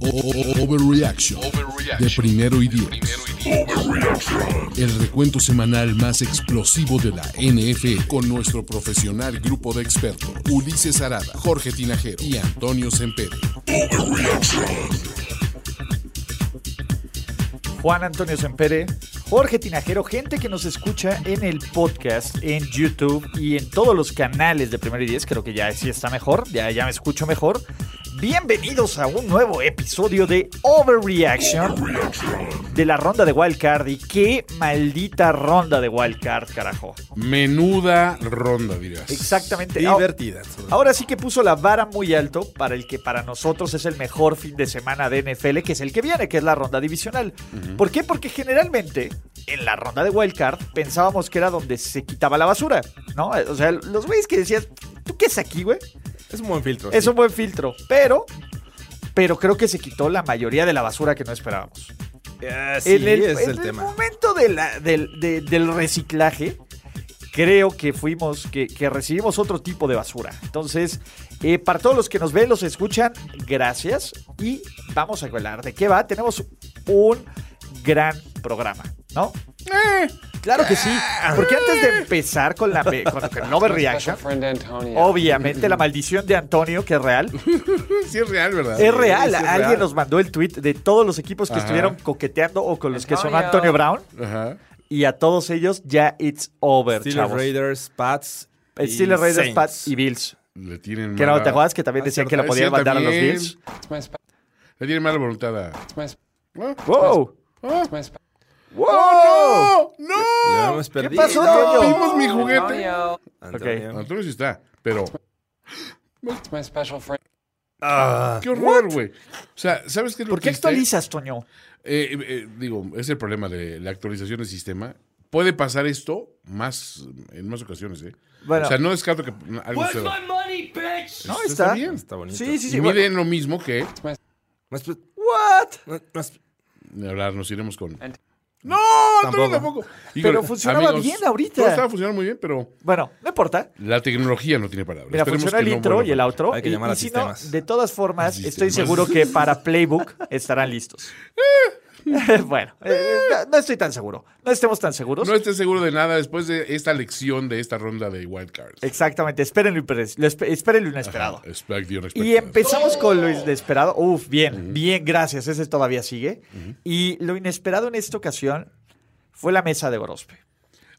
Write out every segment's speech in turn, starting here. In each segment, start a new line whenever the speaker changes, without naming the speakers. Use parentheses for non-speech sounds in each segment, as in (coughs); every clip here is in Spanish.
O- o- o- Overreaction de primero y diez. El recuento semanal más explosivo de la
E
NFL con nuestro profesional grupo de expertos Ulises Arada, Jorge Tinajero y Antonio Sempere.
Juan Antonio Sempere, Jorge Tinajero, gente que nos escucha en el podcast, en YouTube y en todos los canales de Primero y Diez, creo que ya sí está mejor, ya, ya me escucho mejor. Bienvenidos a un nuevo episodio de Overreaction de la ronda de Wildcard. Y qué maldita ronda de Wildcard, carajo.
Menuda ronda, dirás.
Exactamente.
Divertida.
Ahora sí que puso la vara muy alto para el que para nosotros es el mejor fin de semana de NFL, que es el que viene, que es la ronda divisional. ¿Por qué? Porque generalmente en la ronda de wildcard pensábamos que era donde se quitaba la basura, ¿no? O sea, los güeyes que decías, ¿tú qué es aquí, güey?
Es un buen filtro.
Pues
Es
sí.
un buen filtro, pero, pero creo que se quitó la mayoría de la basura que no esperábamos.
eh,
sí,
en el,
ese es
en
el tema.
momento de la- del, de- del reciclaje, creo que fuimos, que, que recibimos otro tipo de basura. Entonces, eh, para todos los que nos ven, los escuchan, gracias. Y vamos a hablar de qué va. Tenemos un gran programa, ¿no? Eh, Claro que sí, porque antes de empezar con la me- con, con
(laughs)
el overreaction, Oh. obviamente la maldición de Antonio, que es real,
Sí, es real, ¿verdad?
es real.
Sí, es
Alguien
real.
nos mandó el tweet de todos los equipos que
Ajá.
estuvieron coqueteando o con los que son Antonio Brown.
Ajá.
Y a todos ellos ya it's over,
Steelers,
chavos. Eh,
Raiders, Pats. y
Steelers, Raiders,
Saints.
Pats y Bills.
Le tienen
Que no,
mala-
¿te acuerdas que también decían que la
Es
podían
cierto,
mandar a los
bien.
Bills?
Le tienen mala voluntad a...
Pues,
¡Wow!
¡Oh, no!
Le
¡No!
hemos perdido.
pasó, Toño?
¡Vimos mi juguete!
Antonio.
Antonio sí está, pero...
My special friend.
Ah,
¡Qué horror, güey! O sea, ¿sabes qué es lo
¿Por qué
triste?
actualizas, Toño?
Pues,
Eh, eh, digo, es el problema de la actualización del sistema. Puede pasar esto más en más ocasiones, ¿eh?
Bueno.
o sea, no descarto que algo suceda.
No,
Esto
está.
bien.
está bonito.
Pues, Sí, sí, sí.
y
bueno.
miren lo mismo que
Más- What? Más-
ni hablar, nos iremos con.
And-
¡No! Antonio,
Tampoco.
tampoco. Híjole,
Pero funcionaba bien ahorita.
todo estaba funcionando muy bien, pero
Bueno, no importa.
la tecnología no tiene palabras.
Mira,
Esperemos
funciona el
que no
intro
vuelva
y el
a
outro.
Hay que
y-
llamar
y
a
si no,
sistemas.
de todas formas,
Sistemas.
estoy seguro
(laughs)
que para Playbook estarán listos. (laughs) bueno, eh, no, no estoy tan seguro. No estemos tan seguros.
pasar. No esté seguro de nada después de esta lección de esta ronda de wildcards.
Exactamente, esperen lo, impre- lo espe- esperen lo inesperado. Y empezamos con lo inesperado. Uf, bien, bien, gracias. Ese todavía sigue. Y lo inesperado en esta ocasión fue la mesa de Gorospe.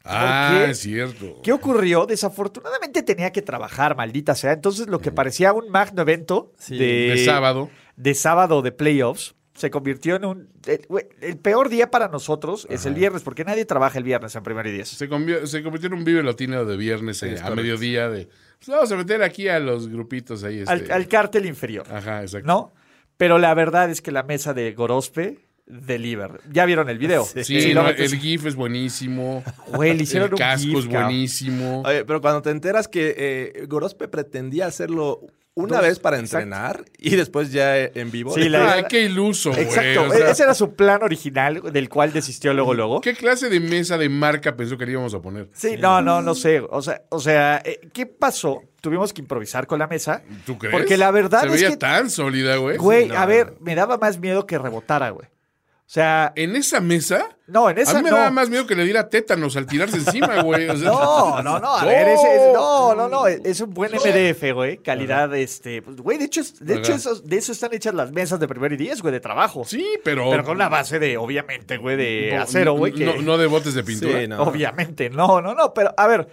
Ah,
qué?
es cierto.
¿Qué ocurrió? Desafortunadamente tenía que trabajar, maldita sea. Entonces, lo que parecía un magno evento
Sí.
de,
de sábado.
de sábado de playoffs se convirtió en un. El, güey, el peor día para nosotros es el viernes, porque nadie trabaja el viernes en primer y diez.
Se, convió- se convirtió en un vive latino de viernes eh, a mediodía de "Pues vamos a meter aquí a los grupitos ahí. Este.
Al, al cártel inferior.
Ajá, exacto.
¿no? Pero la verdad es que la mesa de Gorospe deliver. ¿Ya vieron el video?
Sí,
Sí,
no,
lo metes-
el GIF es buenísimo.
Güey, le hicieron
el
un
casco
gif,
es
cabrón.
buenísimo.
Oye, pero cuando te enteras que eh, Gorospe pretendía hacerlo una
Dos,
vez para
exacto.
entrenar y después ya eh, en vivo.
Sí, la-
Ay, Ah, qué iluso, güey.
Exacto, e-,
o sea,
ese era su plan original del cual desistió luego luego.
¿Qué clase de mesa de marca pensó que le íbamos a poner?
Sí, no, no, no sé. O sea, o sea, eh, ¿qué pasó? Tuvimos que improvisar con la mesa.
¿Tú crees?
Porque la verdad
Se
es
veía
que-
tan sólida, güey.
Güey,
no,
a
no,
ver, me daba más miedo que rebotara, güey. O sea,
¿En esa mesa?
no, en esa
Eh, a mí me
no.
daba más miedo que le diera tétanos al tirarse encima, güey. o sea,
(laughs) No, no, no, a ver, ese es- no, no, no, es- es un buen MDF, güey, calidad, este, pues, güey, de hecho, es- de
Ajá.
hecho esos- de eso están hechas las mesas de primer y diez, güey, de trabajo.
Sí, pero...
Pero con una base de, obviamente, güey, de acero, güey, que...
No, no de botes de pintura.
Sí, no.
Obviamente, no, no, no, pero a ver,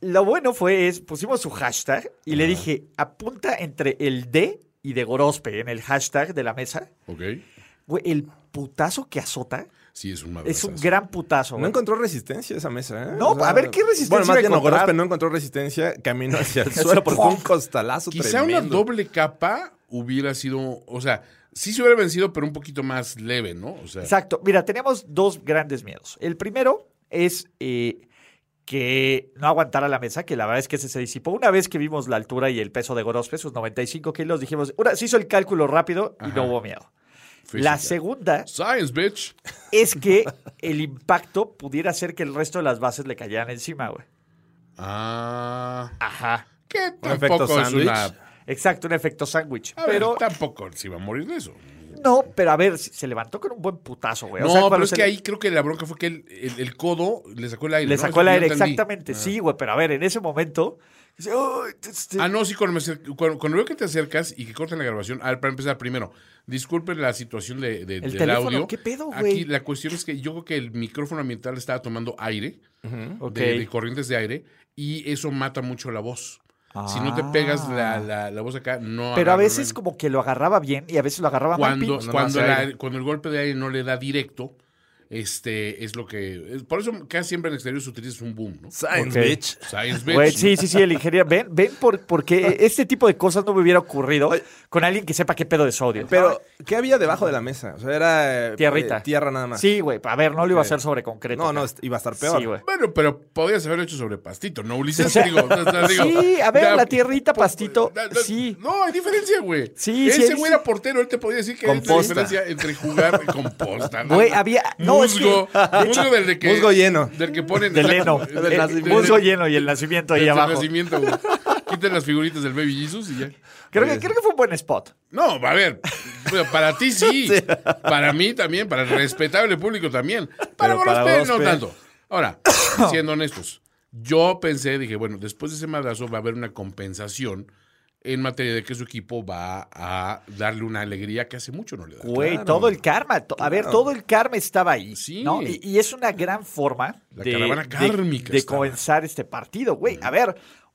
lo bueno fue es, pusimos su hashtag y le dije, apunta entre el D y de Gorospe en el hashtag de la mesa,
Ok.
güey, el putazo que azota
Sí, es un
es
madrazo.
un gran
(laughs)
putazo,
No
güey.
encontró resistencia esa mesa, ¿eh?
No, a ver, ¿qué resistencia
Bueno, más
iba a
bien, no, (laughs)
encontrar?
Gorospe no encontró resistencia, caminó hacia el suelo porque fue un costalazo
Quizá
tremendo.
una doble capa hubiera sido, o sea, sí se hubiera vencido, pero un poquito más leve, ¿no? O sea,
Exacto. Mira, tenemos dos grandes miedos. El primero es eh, que no aguantara la mesa, que la verdad es que ese se disipó. Una vez que vimos la altura y el peso de Gorospe, sus 95 kilos, dijimos, una, se hizo el cálculo rápido y no hubo miedo. La
física.
segunda
Science, bitch.
es que el impacto pudiera hacer que el resto de las bases le cayeran encima, güey.
Ah.
Ajá.
Que
efecto
tampoco es
sándwich.
una.
Exacto, un efecto sándwich.
a ver,
Pero
tampoco se iba a morir de eso.
no, pero a ver, se levantó con un buen putazo, güey. O
No,
sea, cuando
pero es
se
que
le-
ahí creo que la bronca fue que el, el- el codo le sacó el aire.
Le
¿no?
sacó
Eso
el
yo
aire,
entendí.
exactamente. Sí, güey, pero a ver, en ese momento. dice, "Ay, este,
Ah, no, sí, cuando, me acer- cuando- cuando veo que te acercas y que cortan la grabación, a ver, para empezar primero, disculpen la situación de, de- del
teléfono,
audio.
¿qué pedo, güey?
Aquí la cuestión es que yo creo que el micrófono ambiental estaba tomando aire,
ok".
de, de corrientes de aire, y eso mata mucho la voz. Si no te pegas la, la- la voz acá, no.
Ah. Pero a
agarra
veces
bien.
como que lo agarraba bien y a veces lo agarraba mal.
cuando,
pinche.
cuando,
hace
la-
aire.
cuando el golpe de aire no le da directo, este es lo que. es- por eso casi siempre en exteriores utilizas un boom, ¿no?
Science,
Ok.
bitch.
Science bitch.
Güey, sí, sí, sí, el ingeniero. Ven, ven por, porque este tipo de cosas no me hubiera ocurrido con alguien que sepa qué pedo de sodio.
Pero, ¿qué había debajo de la mesa? O sea, era. eh,
eh, Tierrita.
eh, tierra nada más.
Sí, güey. A ver, no lo iba a
Ok.
hacer sobre concreto.
No,
cara.
no, est- iba a estar peor.
Sí, (laughs) güey.
Bueno, pero podías haberlo hecho sobre pastito, ¿no, Ulises?
O sea,
Digo, o
(laughs)
sea, digo,
sí, a ver,
ya, (laughs)
la tierrita, pastito.
na- na-
Sí.
No, hay diferencia, güey.
Sí, sí,
Ese
hay-
güey era portero, él te podía decir que hay
Composta.
diferencia entre jugar con posta.
Güey, había- no, es que-
musgo, musgo del de que.
Musgo lleno.
Del que ponen.
Del heno.
del-
El
del-
eh, musgo lleno y el nacimiento ahí
del
abajo.
nacimiento, güey. Quiten las figuritas del Baby Jesus y ya.
Creo
pues.
que, creo que fue un buen spot.
No, a ver, bueno, para
(laughs)
ti sí, para mí también, para el respetable público también, para
Pero para
Gorospe no
Gorospe.
tanto.
(coughs)
Ahora, siendo honestos, yo pensé, dije, bueno, después de ese madrazo va a haber una compensación en materia de que su equipo va a darle una alegría que hace mucho no le da.
Güey, todo el karma. to- A ver, todo el karma estaba ahí.
Sí.
¿no? Y, y es una gran forma
La
de,
caravana
de-
kármica
de
estaba.
comenzar este partido, güey. A ver,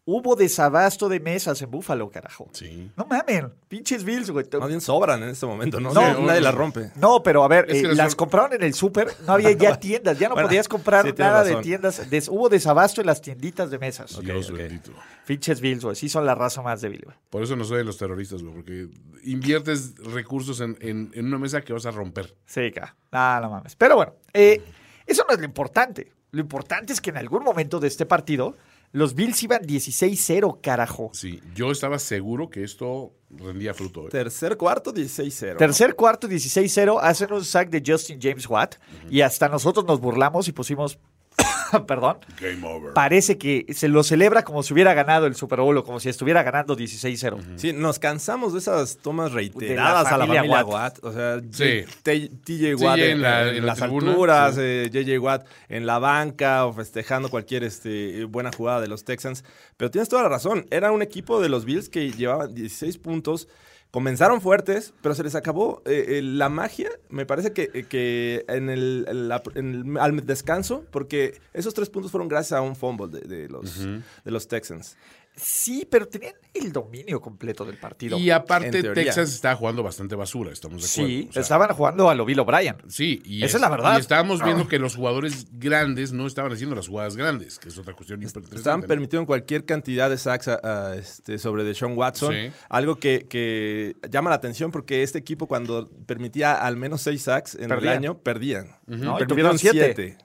hubo desabasto de mesas en Búfalo, carajo.
Sí.
No mamen, pinches Bills, güey.
Más bien sobran en este momento, ¿no?
No.
Sí, nadie la rompe.
No, pero a ver,
Es que
eh,
las-
las compraron en el súper,
(laughs)
no había ya tiendas, ya no
Bueno,
podías comprar
sí, tienes
nada de
razón.
tiendas. des- hubo desabasto en las tienditas de mesas.
Dios bendito.
Pinches Bills, güey. Sí son la raza más débil, güey.
Por eso no soy de los terroristas, güey, porque inviertes recursos en, en- en una mesa que vas a romper.
Sí, ca. Nada, no mames. Pero bueno, eh, eso no es lo importante. Lo importante es que en algún momento de este partido, los Bills iban 16-0, carajo.
Sí, yo estaba seguro que esto rendía fruto. eh. güey.
Tercer cuarto, 16-0.
Tercer cuarto, 16-0, hacen un sack de Justin James Watt y hasta nosotros nos burlamos y pusimos, (coughs) perdón,
Game over.
parece que se lo celebra como si hubiera ganado el Super Bowl o como si estuviera ganando 16-0.
Sí, nos cansamos de esas tomas
De
reiteradas
la
a la
familia
familia Watt.
Watt.
O sea,
Sí.
T- TJ
Sí,
Watt
en
en,
la-
en
en la
las
tribuna,
alturas,
sí.
eh, JJ Watt en la banca o festejando cualquier este, buena jugada de los Texans. Pero tienes toda la razón. Era un equipo de los Bills que llevaban 16 puntos. Comenzaron fuertes, pero se les acabó eh, eh, la magia. Me parece que, eh, que en el, en la- en el- al descanso, porque esos tres puntos fueron gracias a un fumble de, de los, de los Texans.
Sí, pero tenían el dominio completo del partido.
Y aparte,
en teoría.
Texas estaba jugando bastante basura, estamos de acuerdo.
sí,
O sea,
estaban jugando a lo Bill O'Brien.
Sí, y
Esa es la verdad.
Y estábamos viendo que los jugadores grandes no estaban haciendo las jugadas grandes, que es otra cuestión importante.
Estaban permitiendo cualquier cantidad de sacks a- a, este, sobre Deshaun Watson.
Sí.
Algo que, que llama la atención porque este equipo cuando permitía al menos seis sacks en
Perdían.
el año, perdían.
No, y
Permitieron
tuvieron siete.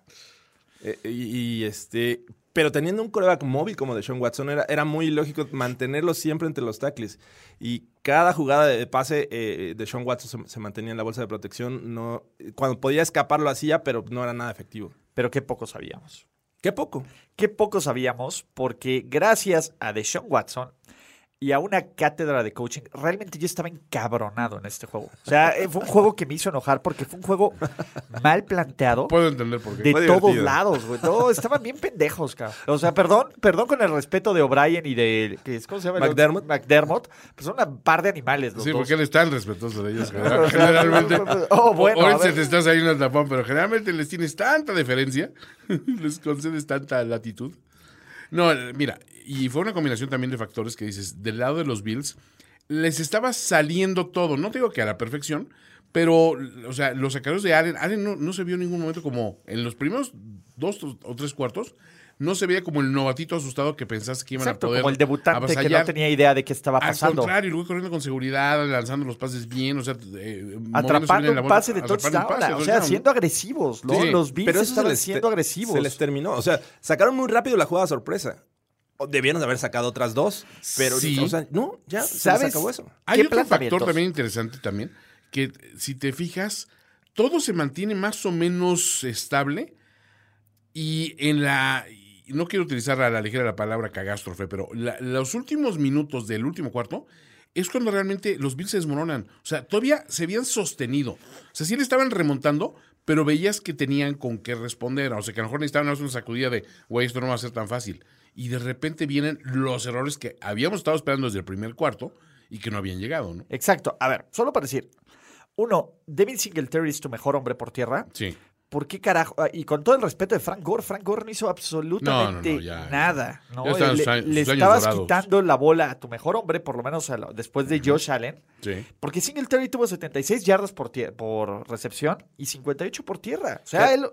Eh, y, y, este... Pero teniendo un coreback móvil como Deshaun Watson, era, era muy lógico mantenerlo siempre entre los tackles. Y cada jugada de pase, eh, Deshaun Watson se, se mantenía en la bolsa de protección. No, cuando podía escapar lo hacía, pero no era nada efectivo.
Pero qué poco sabíamos.
Qué poco.
Qué poco sabíamos porque gracias a Deshaun Watson y a una cátedra de coaching, realmente yo estaba encabronado en este juego. O sea, eh, fue un juego que me hizo enojar porque fue un juego mal planteado.
Puedo entender por qué.
De
Fue
todos
divertido.
lados, güey. No, estaban bien pendejos, cabrón. O sea, perdón, perdón con el respeto de O'Brien y de. ¿qué es? ¿Cómo se llama? el otro?
McDermott.
McDermott. Pues son un par de animales, los
Sí,
dos.
porque eres tan respetuoso de ellos.
(laughs)
general- Generalmente.
Oh, bueno, a
Ahorita
ver.
te estás ahí en el tapón, pero generalmente les tienes tanta deferencia, (laughs) les concedes tanta latitud. No, mira, y fue una combinación también de factores que dices, del lado de los Bills, les estaba saliendo todo. No te digo que a la perfección, pero, o sea, los sacados de Allen, Allen no, no se vio en ningún momento como en los primeros dos o tres cuartos, no se veía como el novatito asustado que pensás que iban
Exacto,
a poder
como el debutante que no
avasallar.
tenía idea de qué estaba
Al
pasando.
contrario, luego corriendo con seguridad, lanzando los pases bien, o sea, eh, moviéndose bien
Atrapando
en la
un
bola,
pase de
atrapando un
touchdown.
pase,
O sea,
touchdown.
siendo agresivos, ¿no?
Sí,
Los Bills
eso se
estaban
les te-
siendo agresivos.
Se les terminó. O sea, sacaron muy rápido la jugada sorpresa. O Debieron de haber sacado otras dos. Pero,
Sí.
o sea, no, ya se
¿Sabes?
les acabó eso.
Hay
¿Qué
otro factor
planteamientos?
también interesante también, que eh, si te fijas, todo se mantiene más o menos estable y en la... y No quiero utilizar a la ligera la palabra cagástrofe, pero la- los últimos minutos del último cuarto es cuando realmente los Bills se desmoronan. O sea, todavía se habían sostenido. O sea, sí le estaban remontando, pero veías que tenían con qué responder. O sea, que a lo mejor necesitaban nada más una sacudida de, güey, esto no va a ser tan fácil. Y de repente vienen los errores que habíamos estado esperando desde el primer cuarto y que no habían llegado, ¿no?
Exacto. A ver, solo para decir. Uno, Devin Singletary es tu mejor hombre por tierra.
Sí.
¿Por qué carajo? Ah, Y con todo el respeto de Frank Gore, Frank Gore no hizo absolutamente
No, no, no, ya, ya.
nada. ¿no?
Ya estaban
le
sus años-
le
sus años
estabas
dorados.
quitando la bola a tu mejor hombre, por lo menos a lo- después de Josh Allen.
Sí.
Porque Singletary tuvo 76 yardas por, tie- por recepción y 58 por tierra. O sea,
¿Qué?
él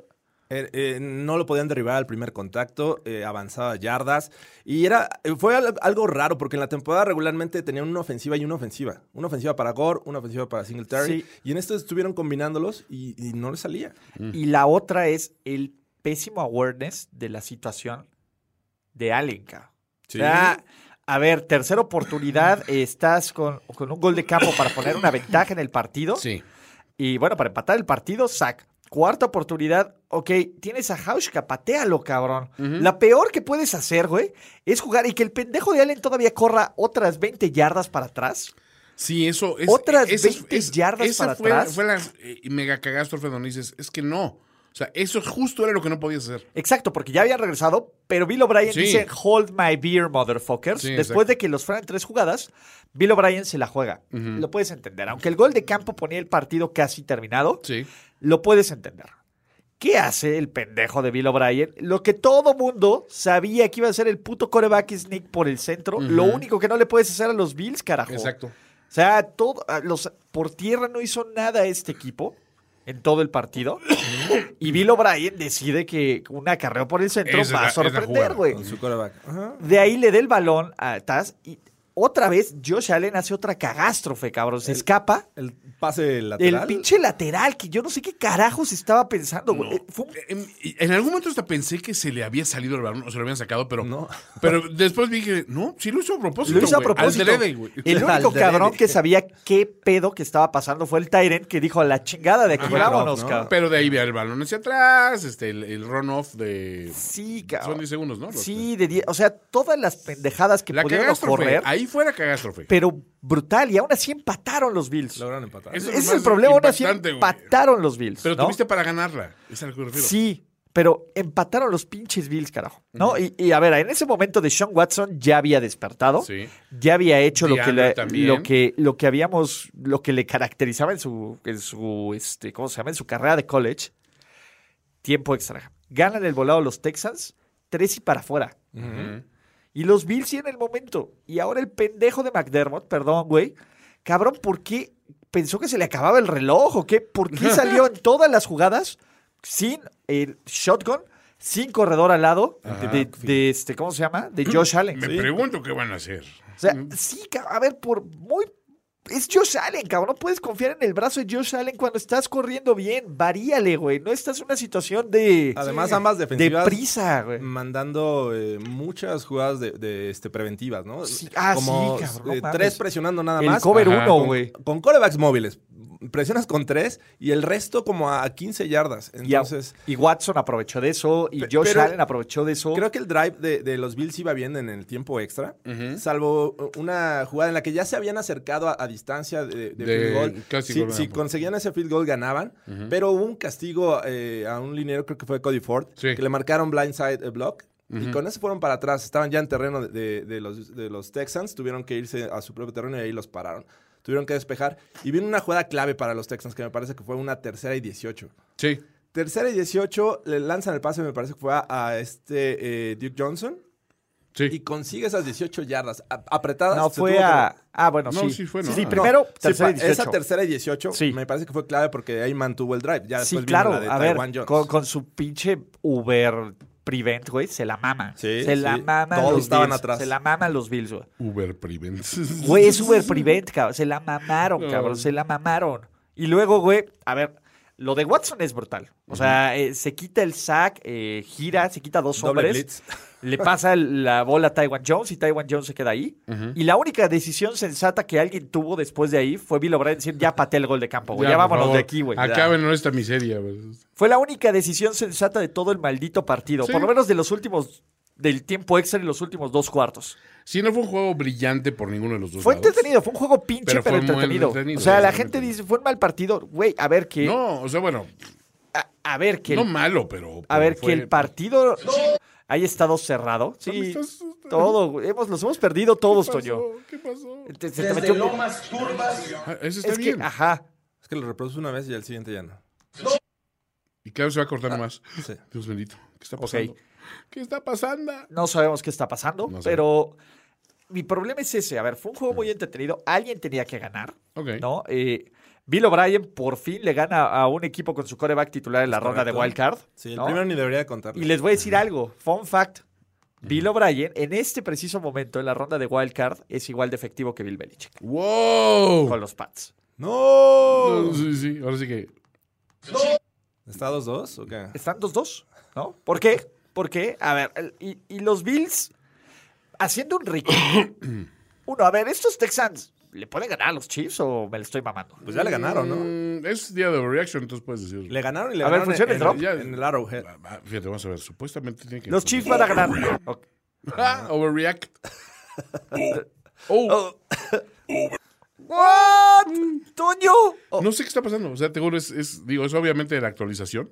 Eh, eh, no lo podían derribar al primer contacto, eh, avanzaba yardas. Y era, eh, fue al- algo raro, porque en la temporada regularmente tenían una ofensiva y una ofensiva. Una ofensiva para Gore, una ofensiva para Singletary.
Sí.
Y en esto estuvieron combinándolos y, y no les salía.
Y la otra es el pésimo awareness de la situación de Allen. cabrón. O sea, a ver, tercera oportunidad, estás con, con un gol de campo para poner una ventaja en el partido.
Sí.
Y bueno, para empatar el partido, sac. Cuarta oportunidad, ok, tienes a Hauschka, patealo, cabrón. La peor que puedes hacer, güey, es jugar y que el pendejo de Allen todavía corra otras 20 yardas para atrás.
Sí, eso es.
Otras
esa-
20 yardas
esa
para
fue,
atrás.
Fue la eh, mega cagástrofe donde dices, es que no. O sea, eso justo era lo que no podías hacer.
Exacto, porque ya habían regresado, pero Bill O'Brien
Sí.
dice hold my beer, motherfuckers.
Sí,
Después
exacto.
de que los fueran tres jugadas, Bill O'Brien se la juega. Lo puedes entender. Aunque el gol de campo ponía el partido casi terminado,
Sí.
lo puedes entender. ¿Qué hace el pendejo de Bill O'Brien? Lo que todo mundo sabía que iba a ser el puto coreback sneak por el centro. Lo único que no le puedes hacer a los Bills, carajo.
Exacto.
O sea, todo, a los, por tierra no hizo nada este equipo en todo el partido. y Bill O'Brien decide que un acarreo por el centro
Esa es
va
la-
a
es la
sorprender,
jugada.
güey.
Con su quarterback. Ajá.
De ahí le da el balón a Taz y otra vez Josh Allen hace otra cagástrofe, cabrón. Se escapa.
El pase
El
lateral.
pinche lateral, que yo no sé qué carajos estaba pensando, güey. Eh, fue un-
En, em, en algún momento hasta pensé que se le había salido el balón o se lo habían sacado, pero.
No.
(laughs) Pero después dije, no, sí lo hizo a propósito.
Lo hizo a
güey, al
propósito.
drede, güey.
El único
Alderete.
cabrón que sabía qué pedo que estaba pasando fue el Tyrant que dijo a la chingada de aquí,
Ajá.
vámonos,
No,
cabrón.
Pero de ahí ve el balón hacia atrás, este, el, el run-off de.
Sí, cabrón.
Son 10 segundos, ¿no? Los-
Sí, de 10. O sea, todas las pendejadas que
La
pudieron
cagástrofe.
correr,
Ahí fue la cagástrofe.
pero brutal. Y aún así empataron los Bills.
Lograron empatar.
Eso
Ese
es
es
lo
el
más
problema. Aún así
impactante, güey.
empataron los Bills.
Pero
¿no?
tuviste para ganarla. Es a lo que me refiero.
Sí, pero empataron los pinches Bills, carajo. ¿no? Y- y, a ver, en ese momento de Sean Watson ya había despertado.
Sí.
Ya había hecho lo que,
DeAndre
le,
también.
lo, que, lo que habíamos, lo que le caracterizaba en su, en su este, ¿cómo se llama? En su carrera de college. Tiempo extra. Ganan el volado los Texans, tres y para afuera. Y los Bills sí en el momento. Y ahora el pendejo de McDermott, perdón, güey. Cabrón, ¿por qué pensó que se le acababa el reloj o qué?
(laughs)
¿Por qué salió en todas las jugadas sin el shotgun, sin corredor al lado de, de este, ¿cómo se llama?
(clears throat)
De Josh Allen.
Me
Sí.
pregunto qué van a hacer.
O sea, sí, cab- a ver, por muy... Es Josh Allen, cabrón. No puedes confiar en el brazo de Josh Allen cuando estás corriendo bien. Varíale, güey. No estás en una situación de...
Además, ambas
de
defensivas.
prisa, güey.
mandando eh, muchas jugadas de, de, este, preventivas, ¿no?
Sí, ah,
Como,
sí, cabrón,
eh,
mames.
tres presionando nada
El
más. Ah,
cover
Ajá.
uno,
Con-
güey.
Con corebacks móviles. Presionas con tres y el resto como a 15 yardas.
Y, a-
Entonces,
y Watson aprovechó de eso, y
Pe-
Josh
pero-
Allen aprovechó de eso.
creo que el drive de, de los Bills iba bien en el tiempo extra, salvo una jugada en la que ya se habían acercado a, a distancia de, de
De
field goal.
casi
si,
gol,
si
¿no?
conseguían ese field goal, ganaban. Pero hubo un castigo eh, a un linero, creo que fue Cody Ford,
Sí.
que le marcaron blindside eh, block. Y con eso fueron para atrás, estaban ya en terreno de, de- de los, de los Texans, tuvieron que irse a su propio terreno y ahí los pararon. Tuvieron que despejar. Y vino una jugada clave para los Texans, que me parece que fue una tercera y 18.
Sí.
Tercera y 18, le lanzan el pase, me parece que fue a, a este eh, Duke Johnson.
Sí.
Y consigue esas 18 yardas a- apretadas.
no,
se
fue
tuvo que-
a. Ah, bueno,
No,
sí.
sí fue, ¿no?
sí,
Ah.
primero,
Sí,
tercera y
pa-
18.
Esa tercera y 18
Sí.
me parece que fue clave porque ahí mantuvo el drive. Ya
sí,
después vino
claro.
la de
A ver,
Taiwan Jones.
con, con su pinche Uber Prevent, güey, se la mama.
Sí,
se la
sí.
mama
Todos
los
estaban
Bills,
atrás.
Se la mama los Bills, güey.
Uber Prevent.
(laughs) Güey, es Uber Prevent, cabrón. Se la mamaron, cabrón. Se la mamaron. Y luego, güey, a ver, lo de Watson es brutal. O sea, eh, se quita el sack, eh, gira, se quita dos
Doble
hombres.
blitz.
Le pasa la bola a Taiwan Jones y Taiwan Jones se queda ahí. Y la única decisión sensata que alguien tuvo después de ahí fue Bill O'Brien decir, ya paté el gol de campo, güey. Ya,
por
vámonos
favor,
de aquí, güey. Ya.
Acaben esta miseria, güey.
Fue la única decisión sensata de todo el maldito partido.
Sí.
Por lo menos de los últimos, del tiempo extra y los últimos dos cuartos.
Sí, no fue un juego brillante por ninguno de los dos.
Fue
lados.
entretenido, fue un juego pinche, pero,
Pero fue muy
entretenido.
entretenido,
O sea,
muy
la gente
entretenido.
dice, fue un mal partido. Güey, a ver que.
No, o sea, bueno,
A, a ver que. el-
no malo, pero.
a ver
pero
que
fue-
el partido haya estado cerrado. Sí.
estás-
Todo, güey. hemos, los hemos perdido todos,
¿Qué
Toño.
pasó? ¿Qué pasó?
Te- se te metió-
Ah, Eso está
es que,
bien.
ajá.
Es que lo reproduces una vez y al siguiente ya no.
Y claro, se va a
Ah.
cortar más.
sí.
Dios bendito. ¿Qué está pasando? ¿Qué está pasando?
No sabemos qué está pasando,
No sé. Mm.
pero mi problema es ese. A ver, fue un juego muy entretenido. Alguien tenía que ganar,
Ok.
¿no? Eh, Bill O'Brien por fin le gana a un equipo con su coreback titular en la ronda de
correcto.
Wild Card.
Sí, el
¿no?
primero ni debería contarlo.
Y les voy a decir algo, fun fact. Bill O'Brien, en este preciso momento, en la ronda de Wild Card, es igual de efectivo que Bill Belichick
¡Wow!
con los Pats.
¡No!
Sí, sí, ahora sí que.
¿Está 2-2 o qué?
Están 2-2, ¿no? ¿Por qué? Porque, a ver, el- y, y los Bills haciendo
(coughs)
un rico. Uno, a ver, estos Texans, ¿le pueden ganar a los Chiefs o me lo estoy mamando?
Pues ya le ganaron, ¿no?
Mm, es día de overreaction, entonces puedes decir.
Le ganaron y le
A ver,
ganaron
¿funciona el
en,
drop?
en el- en el Arrowhead.
Ah, Fíjate, vamos a ver. Supuestamente tiene que.
Los Chiefs van a ganar. Ok.
Ah,
(laughs)
overreact. oh,
¿What? ¿Toño? Oh,
No sé qué está pasando. O sea, te juro, es, es- digo, es obviamente de la actualización.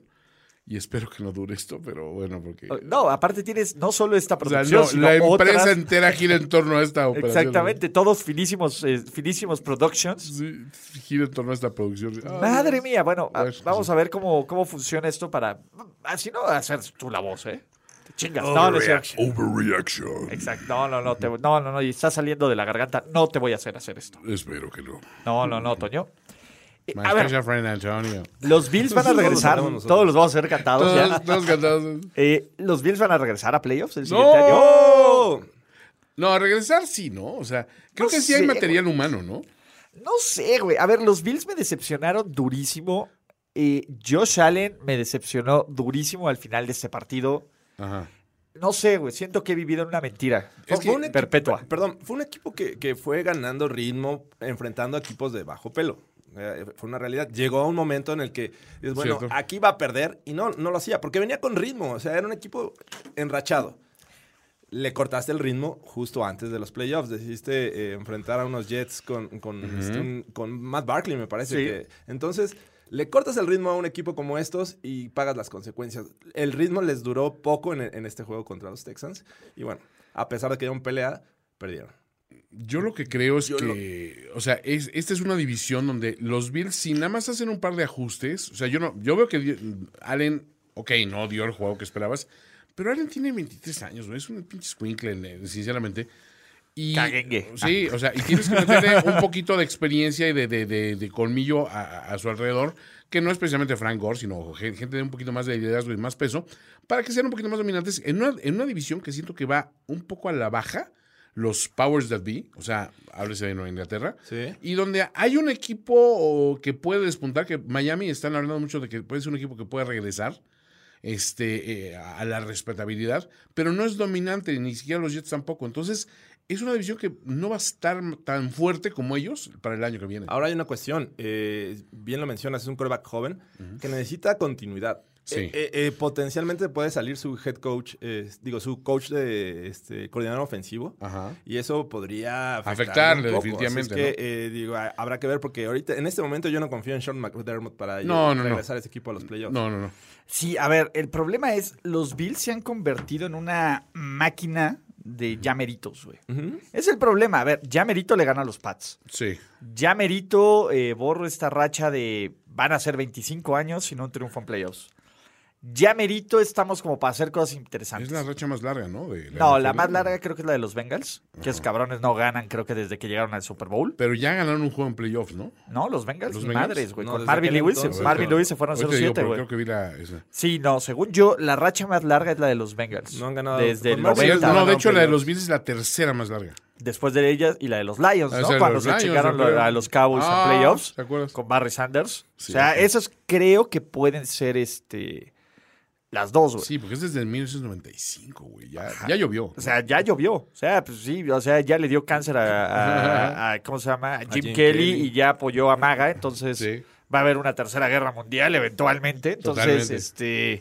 Y espero que no dure esto, pero bueno, porque.
oh, No, aparte tienes no solo esta
O sea,
producción,
no,
sino
la empresa
otras.
entera gira en torno a esta operación.
Exactamente, todos finísimos, eh, finísimos productions.
Sí, gira en torno a esta producción. Ah,
Madre mía, bueno, a-
Bueno,
vamos
Pues, sí.
a ver cómo, cómo funciona esto para. Así no hacer tú la voz, ¿eh? Te chingas.
Oh,
No, no es cierto.
Overreaction.
Exacto. No, no, no, te- no, no, no, y está saliendo de la garganta. No te voy a hacer hacer esto.
Espero que no.
No, no, no, Toño. Eh,
My
a ver,
special friend Antonio.
los Bills van a regresar.
cantamos nosotros.
Todos los vamos a hacer cantados
Todos,
ya.
todos cantados.
Eh, los Bills van a regresar a playoffs el
¡No!
siguiente año.
No, a regresar sí, ¿no? O sea, creo
No
que sí
sé,
hay material humano, ¿no?
No sé, güey. A ver, los Bills me decepcionaron durísimo. Eh, Josh Allen me decepcionó durísimo al final de este partido.
Ajá.
No sé, güey. Siento que he vivido en una mentira.
Fue- fue un equipo-
perpetua.
perdón, fue un equipo que, que fue ganando ritmo enfrentando a equipos de bajo pelo. Eh, fue una realidad. Llegó a un momento en el que, dices, bueno,
Cierto.
aquí va a perder y no, no lo hacía, porque venía con ritmo. O sea, era un equipo enrachado. Le cortaste el ritmo justo antes de los playoffs. Decidiste eh, enfrentar a unos Jets con, con, este, un- con Matt Barkley, me parece.
Sí.
que- entonces, le cortas el ritmo a un equipo como estos y pagas las consecuencias. El ritmo les duró poco en, en este juego contra los Texans. Y bueno, a pesar de que dieron pelea, perdieron.
Yo lo que creo es que, o sea, es, esta es una división donde los Bills, si nada más hacen un par de ajustes, o sea, yo no, yo veo que di- Allen, ok, no dio el juego que esperabas, pero Allen tiene 23 años, güey, es un pinche squinkle, ne- sinceramente. Y,
Caguengue.
Sí, o sea, y tienes que meterle un poquito de experiencia y de, de- de- de colmillo a, a- a su alrededor, que no es precisamente Frank Gore, sino gen- gente de un poquito más de liderazgo y más peso, para que sean un poquito más dominantes en una, en una división que siento que va un poco a la baja, los Powers That Be, o sea, háblese de Nueva Inglaterra,
Sí.
y donde hay un equipo o, que puede despuntar, que Miami están hablando mucho de que puede ser un equipo que puede regresar este, eh, a la respetabilidad, pero no es dominante, ni siquiera los Jets tampoco. Entonces, es una división que no va a estar tan fuerte como ellos para el año que viene.
Ahora hay una cuestión. eh, bien lo mencionas, es un quarterback joven que necesita continuidad.
Sí.
Eh, eh, eh, potencialmente puede salir su head coach, eh, digo, su coach de este, coordinador ofensivo.
Ajá.
Y eso podría
Afectarle,
afectarle, un poco.
definitivamente,
Así es que, eh, digo, ha- habrá que ver porque ahorita, en este momento, yo no confío en Sean McDermott para
No, no,
eh,
no.
regresar a ese equipo a los playoffs.
No, no, no.
Sí, a ver, el problema es los Bills se han convertido en una máquina de llameritos, güey. Es el problema. A ver, llamerito le gana a los Pats. eh,
Sí.
Llamerito borro esta racha de van a ser 25 años sin un triunfo en playoffs. ya merito estamos como para hacer cosas interesantes.
Es la racha más larga, ¿no? De
no, la
NFL.
más larga creo que es la de los Bengals, que esos cabrones no ganan creo que desde que llegaron al Super Bowl.
Pero ya ganaron un juego en playoffs, ¿no?
No, los Bengals,
¿Los
ni
Bengals?
madres, güey.
No,
Con
desde
Marvin
aquel
Lewis,
entonces,
Marvin
pero-
Lewis se fueron
Ahorita digo,
0-7,
pero
güey.
Creo que vi la. esa.
Sí, no, según yo, la racha más larga es la de los Bengals.
No han ganado-
Desde el
con Marvin
Sí,
90.
es- no, de hecho, la de
playoffs.
los Bills es la tercera más larga.
Después de ellas y la de los Lions,
Ah,
¿no?
esa de
Cuando
los
se
Lions,
chingaron
¿te acuerdas?
a los Cowboys
Ah,
en playoffs
¿te acuerdas?
con Barry Sanders.
Sí,
o sea,
ok.
esas creo que pueden ser este las dos, güey.
Sí, porque es desde 1995, güey. Ya, ya llovió.
O sea, ya llovió. O sea, pues sí, o sea, ya le dio cáncer a,
(laughs)
a- a- ¿cómo se llama? A Jim,
Jim
Kelly,
Kelly.
y ya apoyó a Maga. Entonces,
Sí.
va a haber una tercera guerra mundial eventualmente. Entonces,
Totalmente.
este.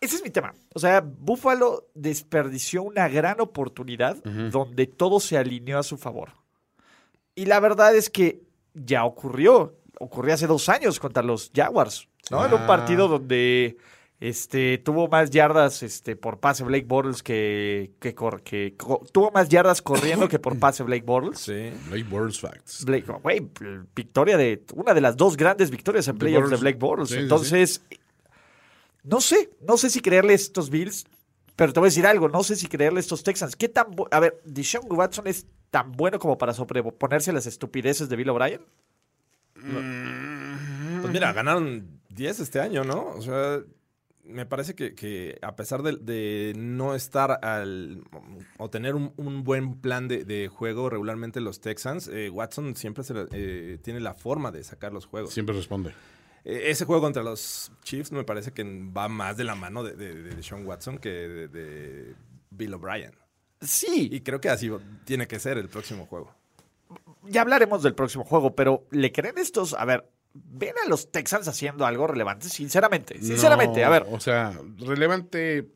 Ese es mi tema. O sea, Buffalo desperdició una gran oportunidad donde todo se alineó a su favor. Y la verdad es que ya ocurrió. Ocurrió hace dos años contra los Jaguars, ¿no? En un partido donde este, tuvo más yardas este, por pase Blake Bortles que... que, cor- que co- tuvo más yardas corriendo que por pase Blake Bortles.
Sí.
Blake Burns Facts.
Blake, güey, pl- victoria de una de las dos grandes victorias en playoffs de
Bortles.
Blake Bortles.
Sí, sí, sí.
Entonces, no sé, no sé si creerle a estos Bills, pero te voy a decir algo, no sé si creerle a estos Texans. ¿Qué tan bu- a ver, Deshaun Watson es tan bueno como para sobreponerse a las estupideces de Bill O'Brien?
Pues mira, ganaron 10 este año, ¿no? O sea, me parece que, que a pesar de, de no estar al. o tener un, un buen plan de, de juego regularmente los Texans, eh, Watson siempre se la- eh, tiene la forma de sacar los juegos.
Siempre responde.
Eh, ese juego contra los Chiefs me parece que va más de la mano de, de, de Sean Watson que de, de Bill O'Brien.
Sí,
Y creo que así tiene que ser el próximo juego.
ya hablaremos del próximo juego, pero ¿le creen estos? A ver, ¿ven a los Texans haciendo algo relevante? Sinceramente, sinceramente,
No,
a ver.
O sea, relevante.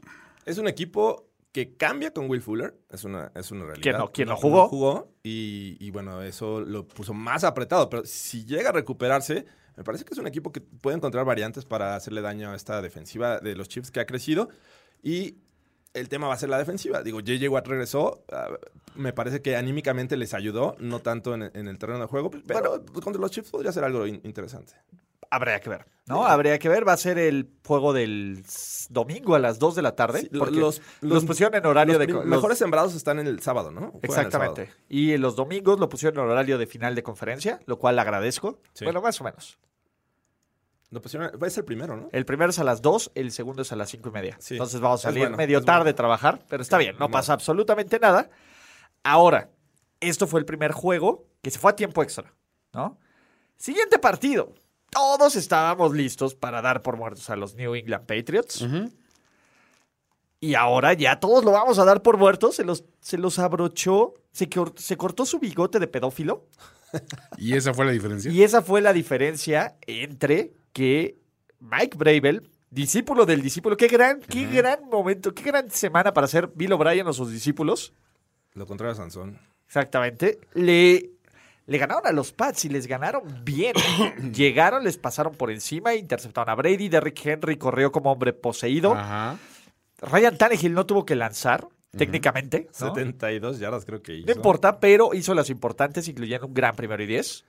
Es un equipo que cambia con Will Fuller, es una, es una realidad.
no- quien no jugó.
jugó y, y bueno, eso lo puso más apretado, pero si llega a recuperarse, me parece que es un equipo que puede encontrar variantes para hacerle daño a esta defensiva de los Chiefs que ha crecido y el tema va a ser la defensiva. Digo, JJ Watt regresó, ah, me parece que anímicamente les ayudó, no tanto en, en el terreno de juego, pero contra los Chiefs podría ser algo in- interesante.
Habría que ver, ¿no? Habría que ver. Va a ser el juego del s- domingo a las 2 de la tarde.
Sí, lo-
porque los, pusieron en horario
los
de...
prim-
co- los-
mejores sembrados están en el sábado, ¿no? Juegan el
Exactamente.
sábado.
Y los domingos lo pusieron en horario de final de conferencia, lo cual agradezco.
Sí.
Bueno, más o menos.
Lo pusieron- es el primero, ¿no?
El primero es a las 2, el segundo es a las 5 y media.
Sí.
Entonces vamos a
Es
salir
bueno,
medio
es
tarde
bueno.
a trabajar, pero está bien, no
ni
pasa absolutamente nada. Ahora, esto fue el primer juego que se fue a tiempo extra, ¿no? Siguiente partido. Todos estábamos listos para dar por muertos a los New England Patriots. Y ahora ya todos lo vamos a dar por muertos. Se los, se los abrochó, se, cor- se cortó su bigote de pedófilo.
Y esa fue la diferencia.
Y esa fue la diferencia entre que Mike Bravel, discípulo del discípulo, qué gran, qué gran momento, qué gran semana para ser Bill O'Brien o sus discípulos.
Lo contrario a Sansón.
Exactamente. Le, le ganaron a los Pats y les ganaron bien. Llegaron, les pasaron por encima, interceptaron a Brady, Derrick Henry corrió como hombre poseído.
Ajá.
Ryan Tannehill no tuvo que lanzar, técnicamente. ¿no?
72 yardas creo que hizo.
No importa, pero hizo las importantes, incluyendo un gran primero y diez.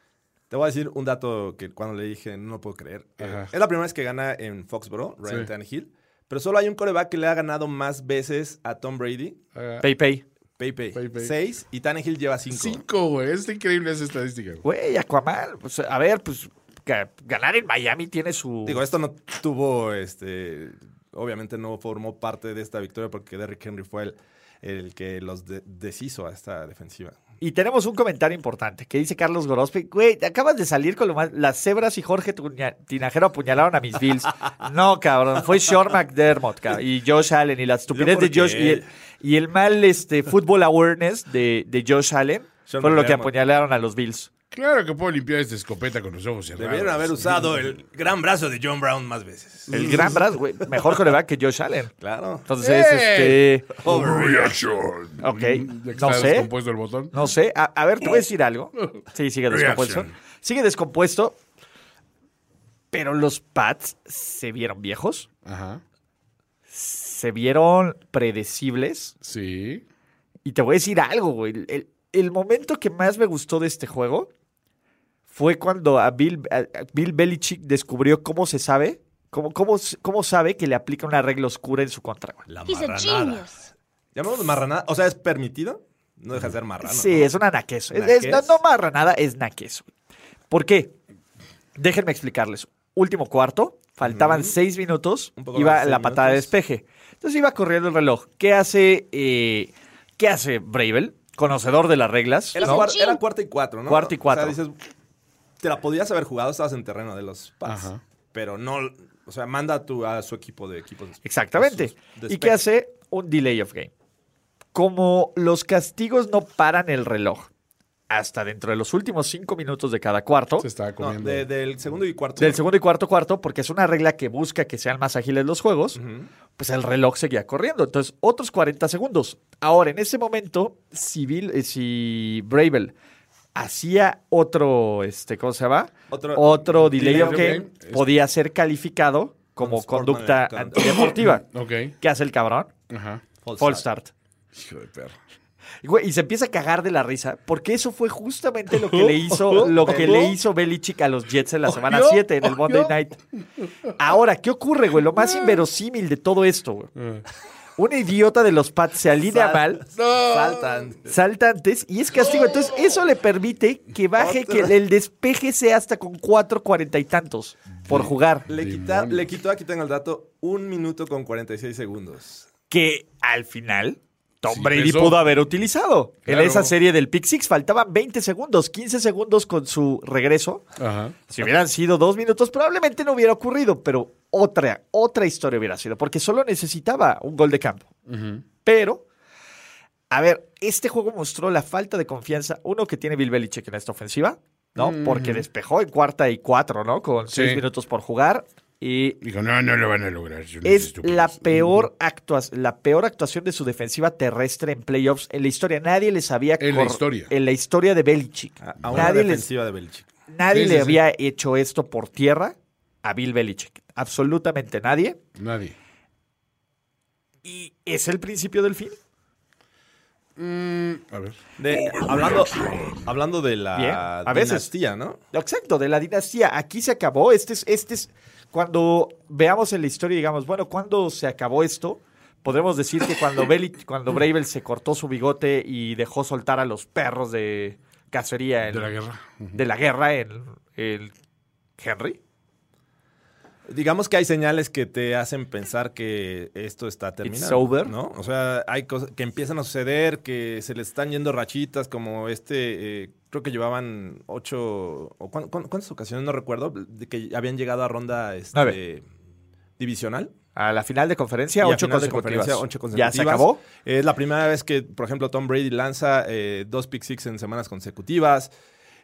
Te voy a decir un dato que cuando le dije no lo puedo creer. Eh,
Ajá.
es la primera vez que gana en Foxborough, Ryan
Sí.
Tannehill. Pero solo hay un coreback que le ha ganado más veces a Tom Brady,
Ah,
Pay, pay.
Pepe.
Pey Pey.
Seis y Tannehill lleva cinco.
Cinco, güey. Es increíble esa estadística. güey.
Güey, Aquaman, pues a ver, pues ga- ganar en Miami tiene su...
Digo, esto no tuvo, este, obviamente no formó parte de esta victoria porque Derrick Henry fue el, el que los de- deshizo a esta defensiva.
y tenemos un comentario importante que dice Carlos Gorospe, güey, te acabas de salir con lo más... Las cebras y Jorge Tuña- Tinajero apuñalaron
(laughs)
a mis Bills. no, cabrón, fue Sean McDermott cabrón, y Josh Allen y la estupidez
¿Yo por
de Josh y
qué?
el, y el mal este, fútbol awareness de, de Josh Allen
Sean
fueron lo que
McDermott.
apuñalaron a los Bills.
Claro que puedo limpiar esta escopeta con los ojos cerrados.
Debieron haber usado el gran brazo de John Brown más veces. (laughs)
El gran brazo, güey, mejor coreback que Josh Allen.
Claro.
Entonces,
¡Ey!
este...
Overreaction.
Ok,
Ya que
no
Mm, está
sé.
descompuesto el botón.
No sé, a, a ver, te voy a decir algo. Sí, sigue descompuesto.
Reaction.
Sigue descompuesto. Pero los Pats se vieron viejos,
Ajá.
se vieron predecibles.
Sí.
Y te voy a decir algo, güey. El, el- el momento que más me gustó de este juego fue cuando a Bill, a- a Bill Belichick descubrió cómo se sabe ¿Cómo, cómo, cómo sabe que le aplica una regla oscura en su contra? güey?
La
He's a
marranada.
genius.
Llamamos marranada. O sea, ¿es permitido? No deja de ser marrano.
Sí,
¿no?
es una naquez. Es-
Naquez.
es- no, no marra nada, es naquez. güey. ¿Por qué? Déjenme explicarles. Último cuarto, faltaban seis minutos,
Un poco más
iba
de
la
seis
patada de
minutos.
despeje. Entonces iba corriendo el reloj. ¿Qué hace, eh, ¿qué hace Bravel? Conocedor de las reglas.
Era,
¿no?
cuar- era cuarta y cuatro, ¿no?
Cuarta y cuatro.
O sea, dices, te la podías haber jugado, estabas en terreno de los Pats.
Ajá.
Pero no, o sea, manda a, tu, a su equipo de equipos.
Exactamente.
a sus
¿Y qué
despejos.
hace? Un delay of game. Como los castigos no paran el reloj hasta dentro de los últimos cinco minutos de cada cuarto,
Se estaba
No,
comiendo.
de- del segundo y cuarto.
del segundo y cuarto cuarto, porque es una regla que busca que sean más ágiles los juegos, pues el reloj seguía corriendo. Entonces, otros 40 segundos. Ahora, en ese momento, si, Bill- eh, si Bravel hacía otro, este, ¿cómo se llama?
Otro-
delay,
delay
of
of
game,
game, es-
podía ser calificado como
Sportsman
conducta
Conduct.
(laughs) antideportiva.
Ok.
¿Qué hace el cabrón?
Ajá.
Fall start.
Hijo de perro.
Y, güey, y se empieza a cagar de la risa, porque eso fue justamente lo que le hizo, lo que le hizo Belichick a los Jets en la semana 7, en el Monday Night. Ahora, ¿qué ocurre, güey? Lo más inverosímil de todo esto, güey. Un idiota de los Pats se alinea mal,
Saltan.
salta antes y es castigo. Entonces, eso le permite que baje, que el despeje sea hasta con cuatro cuarenta y tantos por jugar.
Le, quita, le quitó, aquí tengo el dato, un minuto con 46 segundos.
que al final Tom
Sí,
Brady
pesó.
pudo haber utilizado.
Claro.
En esa serie del Pick Six faltaban 20 segundos, 15 segundos con su regreso.
Ajá.
Si hubieran sido dos minutos, probablemente no hubiera ocurrido, pero otra, otra historia hubiera sido, porque solo necesitaba un gol de campo. Pero, a ver, este juego mostró la falta de confianza, uno que tiene Bill Belichick en esta ofensiva, ¿no? Porque despejó en cuarta y cuatro, ¿no? Con seis
Mm. Sí.
minutos por jugar. Y
Dijo, no, no lo pues. van a lograr. son unos
es
estúpidos.
la peor, actua- la peor actuación de su defensiva terrestre en playoffs en la historia. Nadie les había
En la
cor-
historia.
en la historia de Belichick.
A, a una
nadie les-
Ah, defensiva de Belichick.
nadie
Sí, sí,
le
sí.
había hecho esto por tierra a Bill Belichick. Absolutamente nadie.
Nadie.
Y es el principio del fin.
A ver.
De- hablando, hablando de la
Bien, a veces.
dinastía, ¿no?
Exacto, de la dinastía. Aquí se acabó. Este es, este es cuando veamos en la historia y digamos, bueno, ¿cuándo se acabó esto? Podremos decir que
(laughs)
cuando, Belichick, cuando Bravel se cortó su bigote y dejó soltar a los perros de cacería en,
De la guerra.
de la guerra el, el Henry.
Digamos que hay señales que te hacen pensar que esto está terminando.
over.
¿no? O sea, hay cosas que empiezan a suceder, que se le están yendo rachitas, como este, eh, creo que llevaban ocho, o cuán- cuán- cuántas ocasiones, no recuerdo, de que habían llegado a ronda este,
Nueve.
divisional.
A la final de
Y
conferencia,
a
ocho
final de
consecutivas.
conferencia, ocho
Ya
consecutivas.
se acabó.
Es la primera vez que, por ejemplo, Tom Brady lanza eh, dos pick six en semanas consecutivas.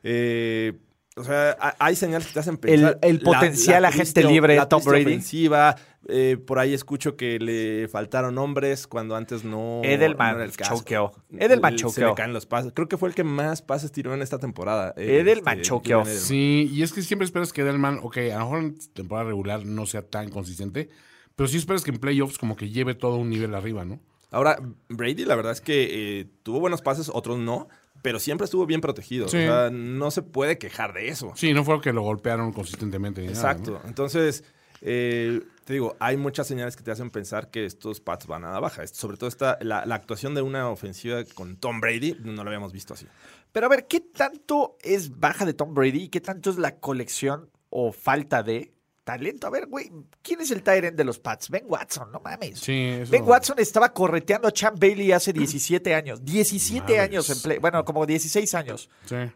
Eh, o sea, ha- hay señales que te hacen pensar.
el potencial agente libre de
la
Tom
triste
Brady.
ofensiva. Eh, por ahí escucho que le faltaron hombres cuando antes no.
Edelman
no era el caso.
choqueó. Edelman
Le- Se
choqueó.
le caen los pases. Creo que fue el que más pases tiró en esta temporada. Este,
Edelman choqueó.
Julian Edelman.
Sí, y es que siempre esperas que Edelman, ok, a lo mejor en temporada regular no sea tan consistente, pero sí esperas que en playoffs como que lleve todo un nivel arriba, ¿no?
Ahora, Brady, la verdad es que eh, tuvo buenos pases, otros no, pero siempre estuvo bien protegido.
Sí.
O sea, no se puede quejar de eso.
Sí, no fue que lo golpearon consistentemente. ni nada,
Exacto. Entonces, eh, te digo, hay muchas señales que te hacen pensar que estos Pats van a la baja. Est- Sobre todo esta, la, la actuación de una ofensiva con Tom Brady, no lo habíamos visto así.
Pero a ver, ¿qué tanto es baja de Tom Brady y qué tanto es la colección o falta de talento? A ver, güey, ¿quién es el Tyrant de los Pats? Ben Watson, no mames.
Sí, eso-
Ben Watson estaba correteando a Chan Bailey hace 17 años. 17
Mames.
años en play. Bueno, como 16 años.
¿no? Sí.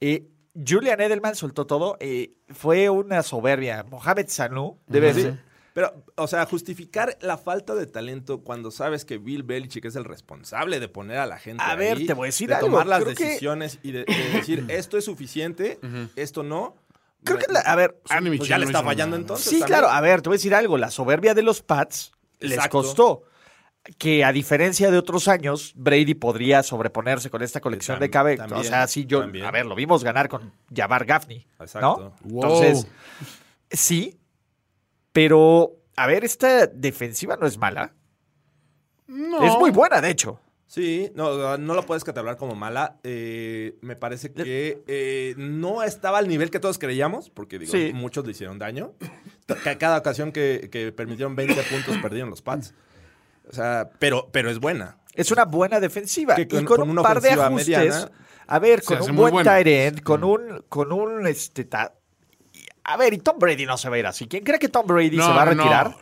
Eh, Julian Edelman soltó todo. eh, fue una soberbia. Mohamed Sanu debe
Sí.
ser.
Pero, o sea, justificar la falta de talento cuando sabes que Bill Belichick es el responsable de poner a la gente
A ver,
ahí,
te voy a decir
de
algo.
tomar las
Creo que-
decisiones y de, de
(clears throat)
decir esto es suficiente, esto no.
Creo
Me-
que, la- a ver,
Ah, pues
Michel
ya le
no
está
hizo
fallando
nada.
entonces.
Sí,
también.
claro. A ver, te voy a decir algo. La soberbia de los Pats les
Exacto.
costó. Que a diferencia de otros años, Brady podría sobreponerse con esta colección
Tam-
de cabezas.
también,
O sea, sí, yo.
también.
A ver, lo vimos ganar con Jabbar Gaffney.
Exacto.
¿no?
Wow.
Entonces, sí. Pero, a ver, esta defensiva no es mala.
No.
Es muy buena, de hecho.
Sí, no, no la puedes catalogar como mala. Eh, me parece que eh, no estaba al nivel que todos creíamos, porque digo,
Sí.
muchos le hicieron daño. Ca- Cada ocasión que, que permitieron 20 puntos perdieron los Pats. O sea, pero, pero es buena.
Es una buena defensiva.
Que
Y
con-
con,
con
un
una
par de
ofensiva
ajustes.
mediana,
a ver,
se
con
hace
un
muy
buen
buena.
tight end,
Mm.
con un, con un este ta- y- a ver, y Tom Brady no se va a ir así. ¿Quién cree que Tom Brady
No,
se va a
no, no.
retirar?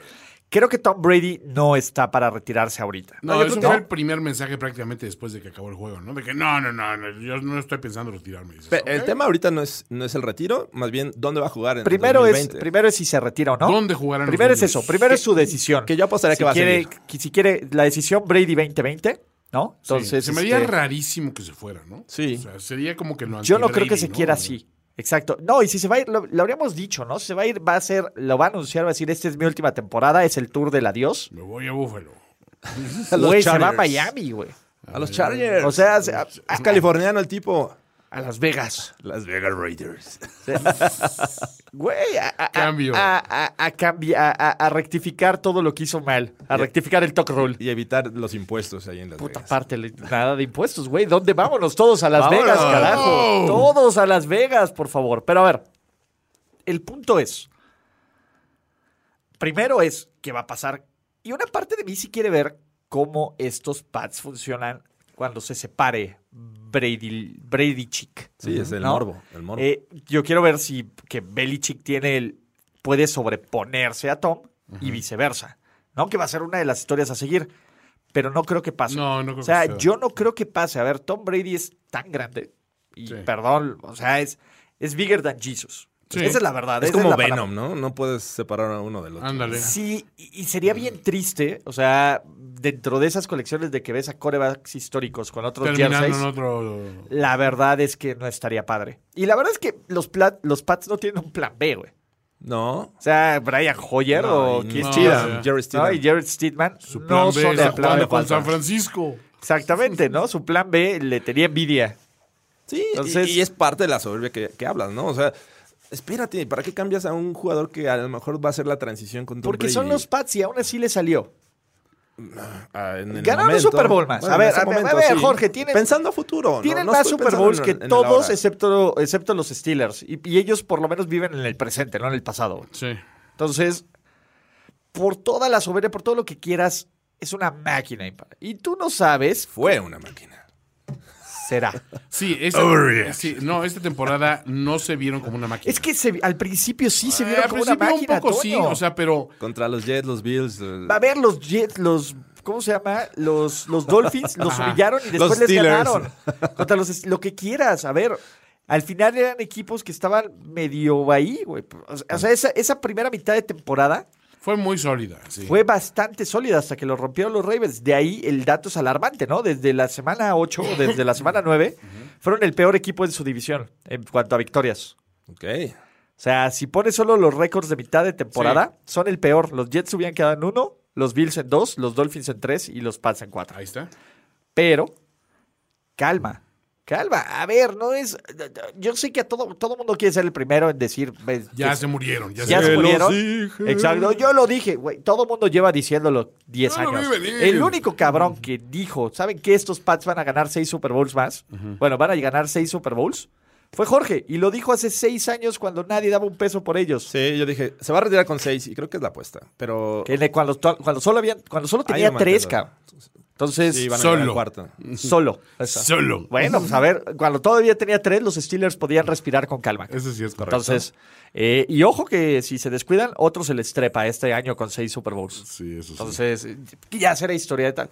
Creo que Tom Brady no está para retirarse ahorita.
No,
yo
eso
creo que
fue
no.
el primer mensaje prácticamente después de que acabó el juego, ¿no? De que no, no, no, no, yo no estoy pensando retirarme. Dices,
Pe- El
ok.
tema ahorita no es, no es el retiro, más bien dónde va a jugar en
Primero es,
2020?
primero es si se retira o no.
¿Dónde jugarán los
Primero es
Bills?
eso, primero es su decisión.
que yo apostaría
si
que va a
quiere,
seguir.
que- Si quiere la decisión Brady 2020, ¿no?
Sí,
Entonces,
se me haría
este,
rarísimo que se fuera, ¿no?
Sí.
O sea, sería como que lo
Yo no creo que
anti-Brady,
se
¿no?
quiera así. Exacto. No, y si se va a ir, lo, lo habríamos dicho, ¿no? Si se va a ir, va a ser, lo va a anunciar, va a decir, esta es mi última temporada, es el tour del
(laughs)
adiós.
Me voy a Búfalo.
A los
Güey, se va a
Chargers.
Miami, güey.
A los Chargers.
O sea, se- Ah. a,
es californiano el tipo.
a Las Vegas.
Las Vegas Raiders.
Güey, a, a- a-
Cambio.
A, a- a cambi- a- a- a rectificar todo lo que hizo mal. A rectificar el talk roll.
Y evitar los impuestos ahí en Las
Puta
Vegas.
parte, le- nada de impuestos, güey. ¿Dónde vámonos? Todos a Las
Pues. Vámonos.
Vegas, carajo. Todos a Las Vegas, por favor. Pero a ver, el punto es. Primero es qué va a pasar. Y una parte de mí sí quiere ver cómo estos pads funcionan cuando se separe Brady, Brady Chick.
Sí, es el
¿no?
morbo. El morbo.
Eh, yo quiero ver si que Belichick tiene el, puede sobreponerse a Tom y viceversa. No que va a ser una de las historias a seguir, pero no creo que pase.
No, no creo
O sea,
que sea.
yo no creo que pase. A ver, Tom Brady es tan grande y
Sí.
perdón, o sea, es es bigger than Jesus.
Sí.
Esa es la verdad.
es
esa
como
la palabra.
Venom, ¿no? No puedes separar a uno del otro.
Ándale.
Sí, y y sería bien triste, o sea, dentro de esas colecciones de que ves a corebacks históricos con otros
Terminando
jerseys,
en otro.
la verdad es que no estaría padre. Y la verdad es que los, pla- los Pats no tienen un plan B, güey.
No.
O sea, Brian Hoyer
No,
o
y
Keith
no,
Stidham,
o sea,
Jerry Stidham.
¿no? y Jared Steedman
Su plan
no
B
son
está
el plan
jugando
B.
con San
Falcons.
Francisco.
Exactamente, ¿no? Su plan B le tenía envidia.
Sí,
Entonces-
y, y es parte de la soberbia que, que hablas, ¿no? O sea, espérate, ¿para qué cambias a un jugador que a lo mejor va a hacer la transición con Tom
Porque
Brady?
son los Pats y aún así le salió.
Ah, en el
Ganaron un
momento.
Super Bowl más.
Bueno,
a ver,
en ese
a ver,
momento,
a ver,
sí.
Jorge, tienen,
Pensando a futuro. ¿no?
tienen
No
más
estoy
Super
pensando
Bowls
en-
que
en el
todos,
ahora.
excepto, excepto los Steelers. Y, y ellos por lo menos viven en el presente, no en el pasado.
Sí.
Entonces, por toda la soberbia, por todo lo que quieras, es una máquina. impar. Y tú no sabes,
Fue una máquina. (laughs)
será.
Sí, esa- sí, no, esta temporada no se vieron como una máquina.
Es que se- al principio sí se
Eh,
vieron
al
como una
principio
máquina,
un poco sí,
Toño.
o sea, pero
Contra los Jets, los Bills. eh, el-
Va a ver los Jets, los ¿cómo se llama? Los los Dolphins los
Ajá.
humillaron y
Los
después les
Steelers.
ganaron. Contra los lo que quieras, a ver. Al final eran equipos que estaban medio ahí, güey. O sea, o sea, esa, esa primera mitad de temporada
fue muy sólida. sí.
fue bastante sólida hasta que lo rompieron los Ravens. De ahí el dato es alarmante, ¿no? Desde la semana 8 o desde la semana 9 fueron el peor equipo en su división en cuanto a victorias.
Ok.
O sea, si pones solo los récords de mitad de temporada, son el peor. Los Jets hubieran quedado en uno, los Bills en dos, los Dolphins en tres y los Pats en cuatro.
Ahí está.
Pero, calma, calma. A ver, no es. Yo sé que a todo, todo mundo quiere ser el primero en decir. ves,
Ya
que-
se murieron. Ya,
ya
se
se murieron.
dije.
Exacto, yo lo dije, güey. Todo mundo lleva diciéndolo 10
Yo lo
años.
vi venir.
El único cabrón que dijo, ¿saben que estos Pats van a ganar 6 Super Bowls más? Bueno, van a ganar 6 Super Bowls. Fue Jorge, y lo dijo hace 6 años cuando nadie daba un peso por ellos.
Sí, yo dije, se va a retirar con seis y creo que es la apuesta. Pero.
Que le- cuando, to- cuando solo había, cuando solo
Ahí
tenía
lo
tres,
mantengo.
cabrón. Entonces,
Sí, van a
Solo.
ganar el cuarto.
solo.
Solo.
Bueno, pues a ver, cuando todavía tenía tres, los Steelers podían respirar con calma.
Eso sí es correcto.
Entonces, eh, y ojo que si se descuidan, otro se les trepa este año con seis Super Bowls.
Sí, eso sí.
Entonces, eh, ya será historia de tal.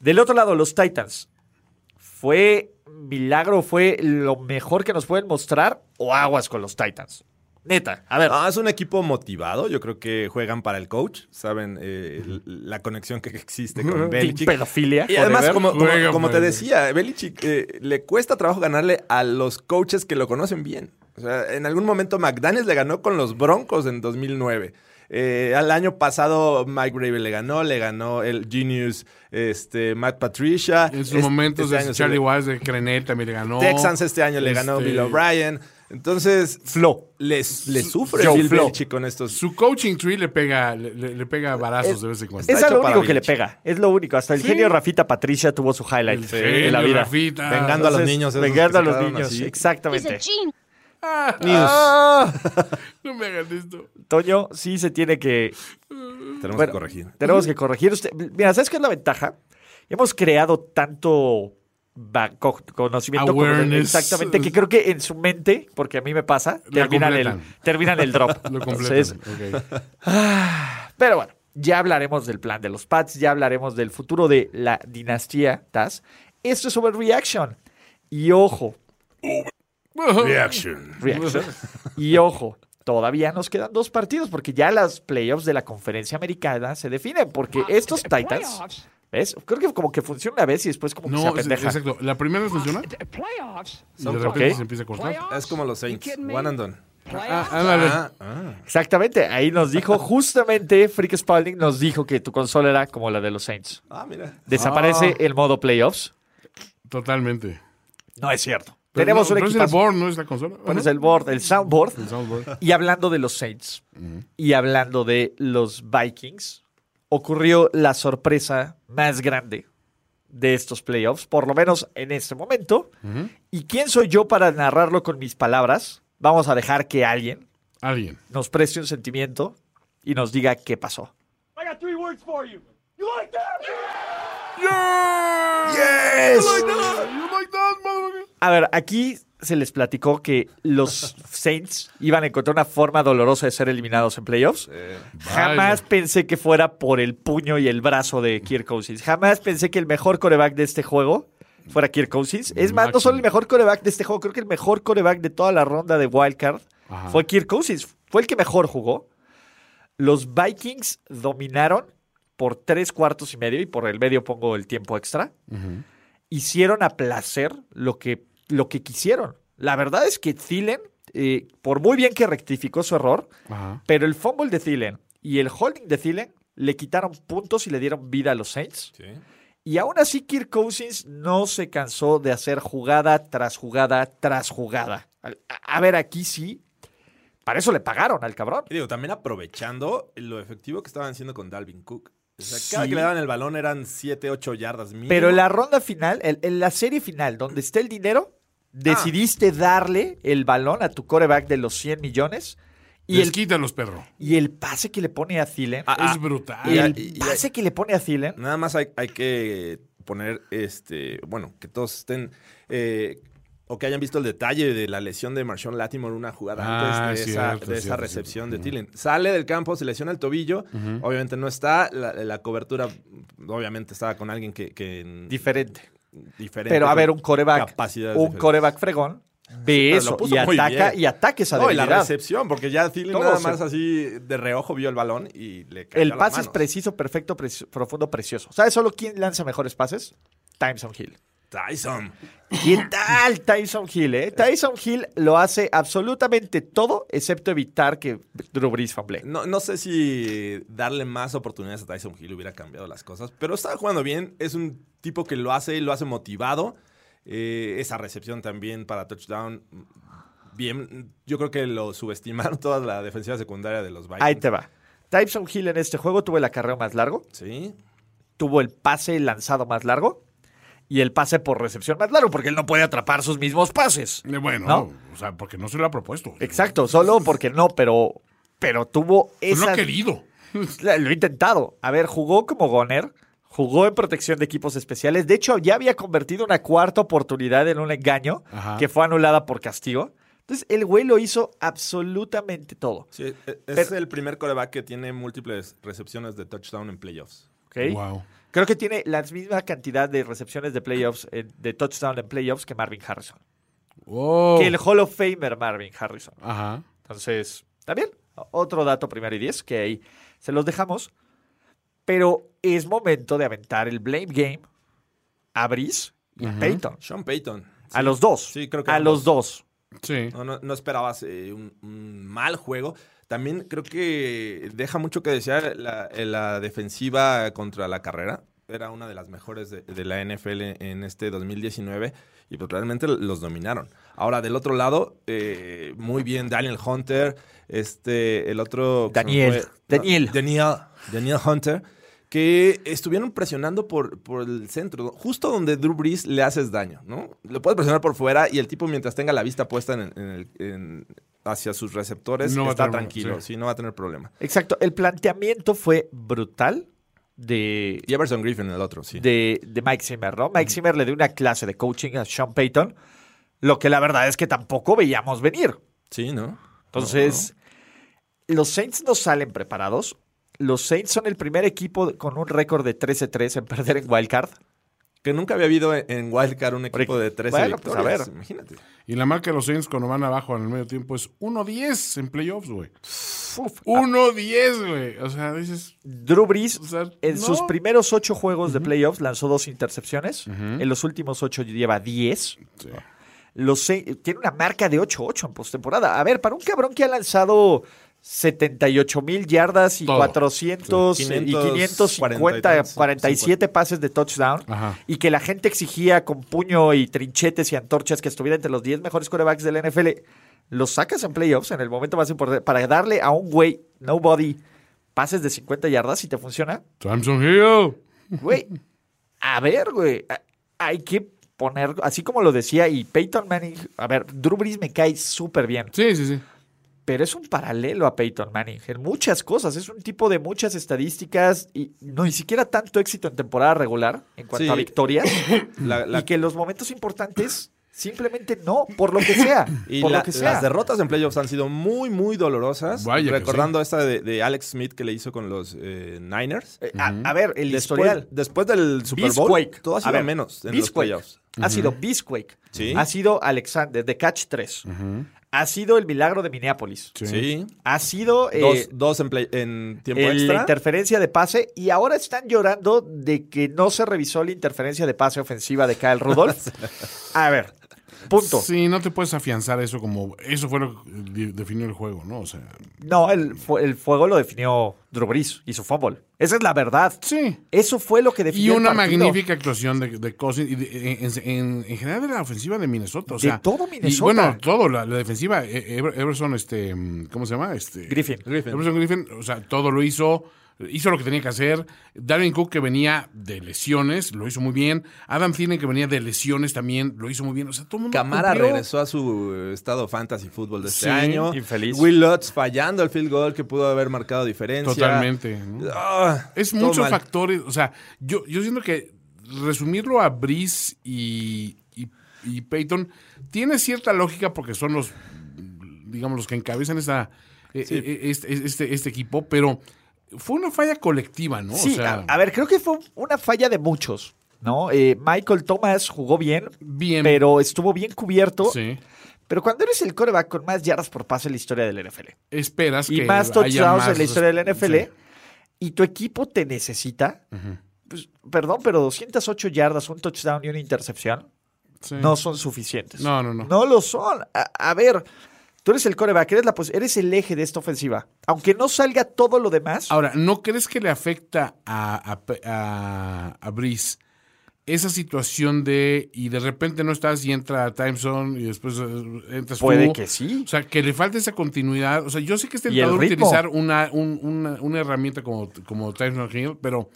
Del otro lado, los Titans. ¿Fue milagro? ¿Fue lo mejor que nos pueden mostrar? ¿O aguas con los Titans? Neta, a ver.
Ah, es un equipo motivado. Yo creo que juegan para el coach. Saben eh, l- la conexión que existe
(laughs)
con Belichick.
pedofilia.
Y además,
forever.
como, como-
Juegan
como te
para el-
decía, Belichick eh, le cuesta trabajo ganarle a los coaches que lo conocen bien. O sea, en algún momento McDaniels le ganó con los Broncos en 2009. Eh, al año pasado Mike Bravel le ganó, le ganó el genius este, Matt Patricia.
En sus
Es-
momentos
este año
de
se
Charlie
le-
Watts de Crenel también le ganó.
Texans este año le ganó
Este,
Bill O'Brien. Entonces,
Flo.
les, les sufre
Joe
Bill
Flo.
Belichick con estos.
Su coaching tree le pega, le, le- le pega barazos de vez en cuando.
Está
Es
hecho
a lo
para
único que le
Belichick.
pega. Es lo único. Hasta el genio Rafita Patricia tuvo su highlight
El
de la
genio
vida.
Rafita.
Vengando a los niños, esos
Vengando a
que se
los
quedaron
niños.
así.
Exactamente.
Ah, no me hagan esto.
Toño, sí se tiene que.
Tenemos
bueno,
que corregir.
Tenemos que corregir. Usted- Mira, ¿sabes qué es la ventaja? Hemos creado tanto va- co- conocimiento como-
Awareness.
exactamente que creo que en su mente, porque a mí me pasa,
La
terminan el,
completan.
terminan el drop.
(laughs) Lo completan.
Entonces,
ok.
Pero bueno, ya hablaremos del plan de los Pats, ya hablaremos del futuro de la dinastía Taz. Esto es sobre Reaction. Y ojo,
(laughs)
Reaction.
Reaction. Y ojo, todavía nos quedan dos partidos porque ya las playoffs de la conferencia americana se definen. Porque estos Titans, ¿ves? Creo que como que funciona una vez y después como que se
No, es-
apendeja.
exacto. La primera funciona
Playoffs?
y de repente
Ok.
se empieza a cortar.
Es como los Saints. One and done.
Ah, ándale.
Exactamente, ahí
(laughs)
nos dijo justamente Freak Spalding nos dijo que tu consola era como la de los Saints.
Ah, mira.
Desaparece
Ah.
el modo playoffs.
Totalmente.
No es cierto.
Pero
Tenemos
no,
un
pero es el
equipazo.
board, no es la consola. ¿o no?
Pones el board, el soundboard.
El soundboard.
Y hablando de los Saints y hablando de los Vikings, ocurrió la sorpresa más grande de estos playoffs, por lo menos en este momento. ¿Y quién soy yo para narrarlo con mis palabras? Vamos a dejar que alguien
Alguien.
nos preste un sentimiento y nos diga qué pasó. A ver, aquí se les platicó que los Saints iban a encontrar una forma dolorosa de ser eliminados en playoffs. Jamás pensé que fuera por el puño y el brazo de Kirk Cousins. Jamás pensé que el mejor coreback de este juego fuera Kirk Cousins. Es más, no solo el mejor coreback de este juego, creo que el mejor coreback de toda la ronda de Wildcard fue Kirk Cousins. Fue el que mejor jugó. Los Vikings dominaron por tres cuartos y medio, y por el medio pongo el tiempo extra hicieron a placer lo que, lo que quisieron. La verdad es que Thielen, eh, por muy bien que rectificó su error,
Ajá.
pero el fumble de Thielen y el holding de Thielen le quitaron puntos y le dieron vida a los Saints. Y aún así Kirk Cousins no se cansó de hacer jugada tras jugada tras jugada. A, a ver, aquí sí, para eso le pagaron al cabrón.
Y digo, también aprovechando lo efectivo que estaban haciendo con Dalvin Cook. O sea,
Sí.
cada que le daban el balón eran 7, 8 yardas mínimo.
Pero en la ronda final, el- en la serie final, donde está el dinero,
Ah.
decidiste darle el balón a tu coreback de los 100 millones y
Les
el,
quita los perros.
y el pase que le pone a Thielen.
es brutal.
y-
el
Ah, y- eh, mm, y-
pase que le pone a Thielen.
Nada más hay, hay que poner, este, bueno, que todos estén eh, o que hayan visto el detalle de la lesión de Marshawn Latimore una jugada
Ah,
antes de
cierto,
esa, de
cierto,
esa
cierto.
recepción de Tillen. Sale del campo, se lesiona el tobillo, obviamente no está, la, la cobertura obviamente estaba con alguien que... que-
Diferente.
diferente.
Pero a
con
ver, un coreback.
capacidades
Un
diferentes. Ah,
coreback fregón. Ve
pero lo
eso
puso
y
muy
ataca,
bien.
y ataque esa
No, y la
debilidad.
recepción, porque ya Thielen
Todo
nada
se-
más así de reojo vio el balón y le cayó
el
a las
pase es
manos.
preciso, perfecto, preci- profundo, precioso. ¿Sabes solo quién lanza mejores pases? Timeson Hill.
Tyson.
¿Qué tal Tyson Hill, eh? Tyson Hill lo hace absolutamente todo excepto evitar que Drew Brees fumble.
No, no sé si darle más oportunidades a Tyson Hill hubiera cambiado las cosas, pero estaba jugando bien. Es un tipo que lo hace y lo hace motivado. Eh, esa recepción también para touchdown. Bien, yo creo que lo subestimaron (laughs) toda la defensiva secundaria de los Vikings.
Ahí te va. Tyson Hill en este juego tuvo el acarreo más largo,
Sí.
tuvo el pase lanzado más largo y el pase por recepción más largo, porque él no puede atrapar sus mismos pases.
Eh, Bueno,
¿No?
o sea, porque no se lo ha propuesto.
Exacto, solo porque no, pero, pero tuvo
Pues No
esa...
ha querido.
La- Lo he intentado. A ver, jugó como goner, jugó en protección de equipos especiales. De hecho, ya había convertido una cuarta oportunidad en un engaño
Ajá.
que fue anulada por castigo. Entonces, el güey lo hizo absolutamente todo.
sí, e- es
Pero-
el primer coreback que tiene múltiples recepciones de touchdown en playoffs.
¿ok?
Wow.
Creo que tiene la misma cantidad de recepciones de playoffs, eh, de touchdown en playoffs que Marvin Harrison.
Oh.
Que el Hall of Famer Marvin Harrison.
Ajá.
Entonces, también otro dato primero y diez que ahí se los dejamos. Pero es momento de aventar el blame game a Brice y a Peyton.
Sean Payton.
A los dos.
Sí, creo que
A
ambos.
los dos.
Sí.
No, no, no esperabas eh, un, un mal juego. También creo que deja mucho que desear la, eh, la defensiva contra la carrera. era una de las mejores de, de la NFL en este 2019 y pues realmente los dominaron. Ahora, del otro lado, eh, muy bien Daniel Hunter, este, el otro... que se me
Daniel,
fue-
Daniel.
Daniel, Daniel Hunter, que estuvieron presionando por, por el centro, justo donde Drew Brees le haces daño, ¿no? Lo puedes presionar por fuera y el tipo mientras tenga la vista puesta en, en el- en- hacia sus receptores
No va a
está
tener-
tranquilo,
sí.
sí, no va a tener problema.
Exacto, el planteamiento fue brutal de,
Y Everson Griffin el otro, sí.
de, de Mike Zimmer, ¿no? Mike Zimmer le dio una clase de coaching a Sean Payton, lo que la verdad es que tampoco veíamos venir.
Sí, ¿no?
Entonces, los Saints no salen preparados. Los Saints son el primer equipo con un récord de 13-3 en perder en Wildcard.
Que nunca había habido en- en Wildcard un equipo de 13
Bueno, pues, a
victorias.
ver.
Imagínate.
Y la marca de los Saints cuando van abajo en el medio tiempo es 1-10 en playoffs, güey.
Ah.
1-10, güey. O sea, dices,
Uh, Drew Brees,
O sea,
en
no.
sus primeros ocho juegos de playoffs, lanzó dos intercepciones. En los últimos ocho lleva 10. Los Saints- tiene una marca de 8-8 en postemporada. A ver, para un cabrón que ha lanzado 78 mil yardas y
Todo.
400
Sí.
y
540
550,
y tantos,
47 pases de touchdown
Ajá.
y que la gente exigía con puño y trinchetes y antorchas que estuviera entre los 10 mejores corebacks del NFL, los sacas en playoffs en el momento más importante para darle a un güey, nobody, pases de 50 yardas y te funciona.
Samson Hill.
Güey, a ver, güey, a- hay que poner, así como lo decía y Peyton Manning, a ver, Drew Brees me cae súper bien,
Sí, sí, sí.
pero es un paralelo a Peyton Manning en muchas cosas, es un tipo de muchas estadísticas y no ni siquiera tanto éxito en temporada regular en cuanto
Sí.
a victorias
La- la-
y que los momentos importantes simplemente no, por lo que sea,
(coughs) y
por
la-
lo que sea.
las derrotas en playoffs han sido muy, muy dolorosas.
Vaya que
recordando esta de, de Alex Smith que le hizo con los eh, Niners.
Eh, a, a ver, el
Después,
historial.
después del Super Bowl,
Bisquake.
todo ha sido
A ver,
menos en los
Bisquake.
playoffs.
Ha sido Bisquake.
Sí.
Ha sido Alexander, de Catch 3. Ha sido el milagro de Minneapolis.
Sí.
Sí.
Ha sido eh,
dos dos en, play- en tiempo
el- la
extra.
interferencia de pase. Y ahora están llorando de que no se revisó la interferencia de pase ofensiva de
(laughs)
Kyle Rudolph. a ver, punto.
Sí, no te puedes afianzar eso como. Eso fue lo que de- definió el juego, ¿no? O sea.
No, el, fu- el fuego lo definió Drew Brees y su fumble. Esa es la verdad.
Sí.
Eso fue lo que
Y
definió el
una
partido.
magnífica actuación de, de Cousins y de- en, en- en general de la ofensiva de Minnesota. O
De
sea,
todo
Y
Minnesota.
bueno, todo, la, la defensiva. eh, Ever- Everson, este, mm, ¿cómo se llama? Este,
Griffin.
Everson Griffin, o sea, todo lo hizo. Hizo lo que tenía que hacer. Darwin Cook, que venía de lesiones, lo hizo muy bien. Adam Thielen, que venía de lesiones también, lo hizo muy bien. O sea, todo el mundo.
Camara
cumplió.
regresó a su eh, estado fantasy fútbol de este
Sí,
año.
infeliz.
Will Lutz fallando el field goal que pudo haber marcado diferencia.
Totalmente. ¿no?
Ah,
Es
todo
muchos
mal.
factores. O sea, yo, yo siento que resumirlo a Brice y, y, y Peyton tiene cierta lógica porque son los, digamos, los que encabezan esa, eh, eh, este, este, este equipo, pero fue una falla colectiva, ¿no?
Sí,
o sea,
a, a ver, creo que fue una falla de muchos, ¿no? Eh, Michael Thomas jugó bien,
bien.
pero estuvo bien cubierto.
sí.
Pero cuando eres el coreback con más yardas por pase en la historia del NFL
Esperas
y
que.
más
haya
touchdowns
más-
en la historia del NFL
sí.
y tu equipo te necesita, pues, perdón, pero 208 yardas, un touchdown y una intercepción
Sí.
no son suficientes.
No, no, no.
No lo son. A, a ver, tú eres el coreback, eres, la, pos- eres el eje de esta ofensiva. Aunque no salga todo lo demás,
Ahora, ¿no crees que le afecta a, a, Pe- a, a Breeze esa situación de y de repente no estás y entra Time Zone y después eh, entras
puede
tú?
que sí.
O sea, que le falta esa continuidad. O sea, yo sé que es
el
tentador
ritmo.
utilizar una, un- una, una herramienta como, como Time Zone Hill, pero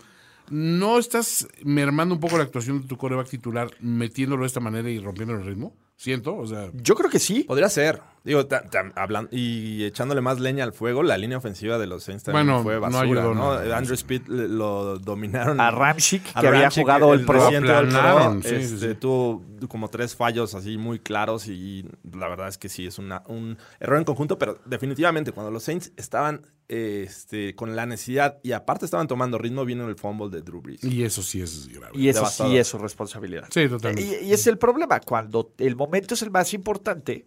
¿no estás mermando un poco la actuación de tu coreback titular metiéndolo de esta manera y rompiendo el ritmo? Siento, o sea...
Yo creo que sí.
Podría ser. Digo, ta- tam- hablan- y echándole más leña al fuego, la línea ofensiva de los Saints también
Bueno,
fue
no
basura,
ayudó,
¿no?
no.
Andrew Speed le- lo dominaron.
a Ramchick, que
A
había
Ramchick,
jugado el, Pro.
reciente del Pro,
aplanaron, sí, sí,
este,
sí.
Tuvo como tres fallos así muy claros y la verdad es que sí, es una- un error en conjunto, pero definitivamente cuando los Saints estaban eh, este, con la necesidad y aparte estaban tomando ritmo, vino el fumble de Drew Brees.
Y eso sí es grave.
Y eso
devastador.
sí es su responsabilidad.
Sí, totalmente.
Y, y es el problema, cuando el momento es el más importante,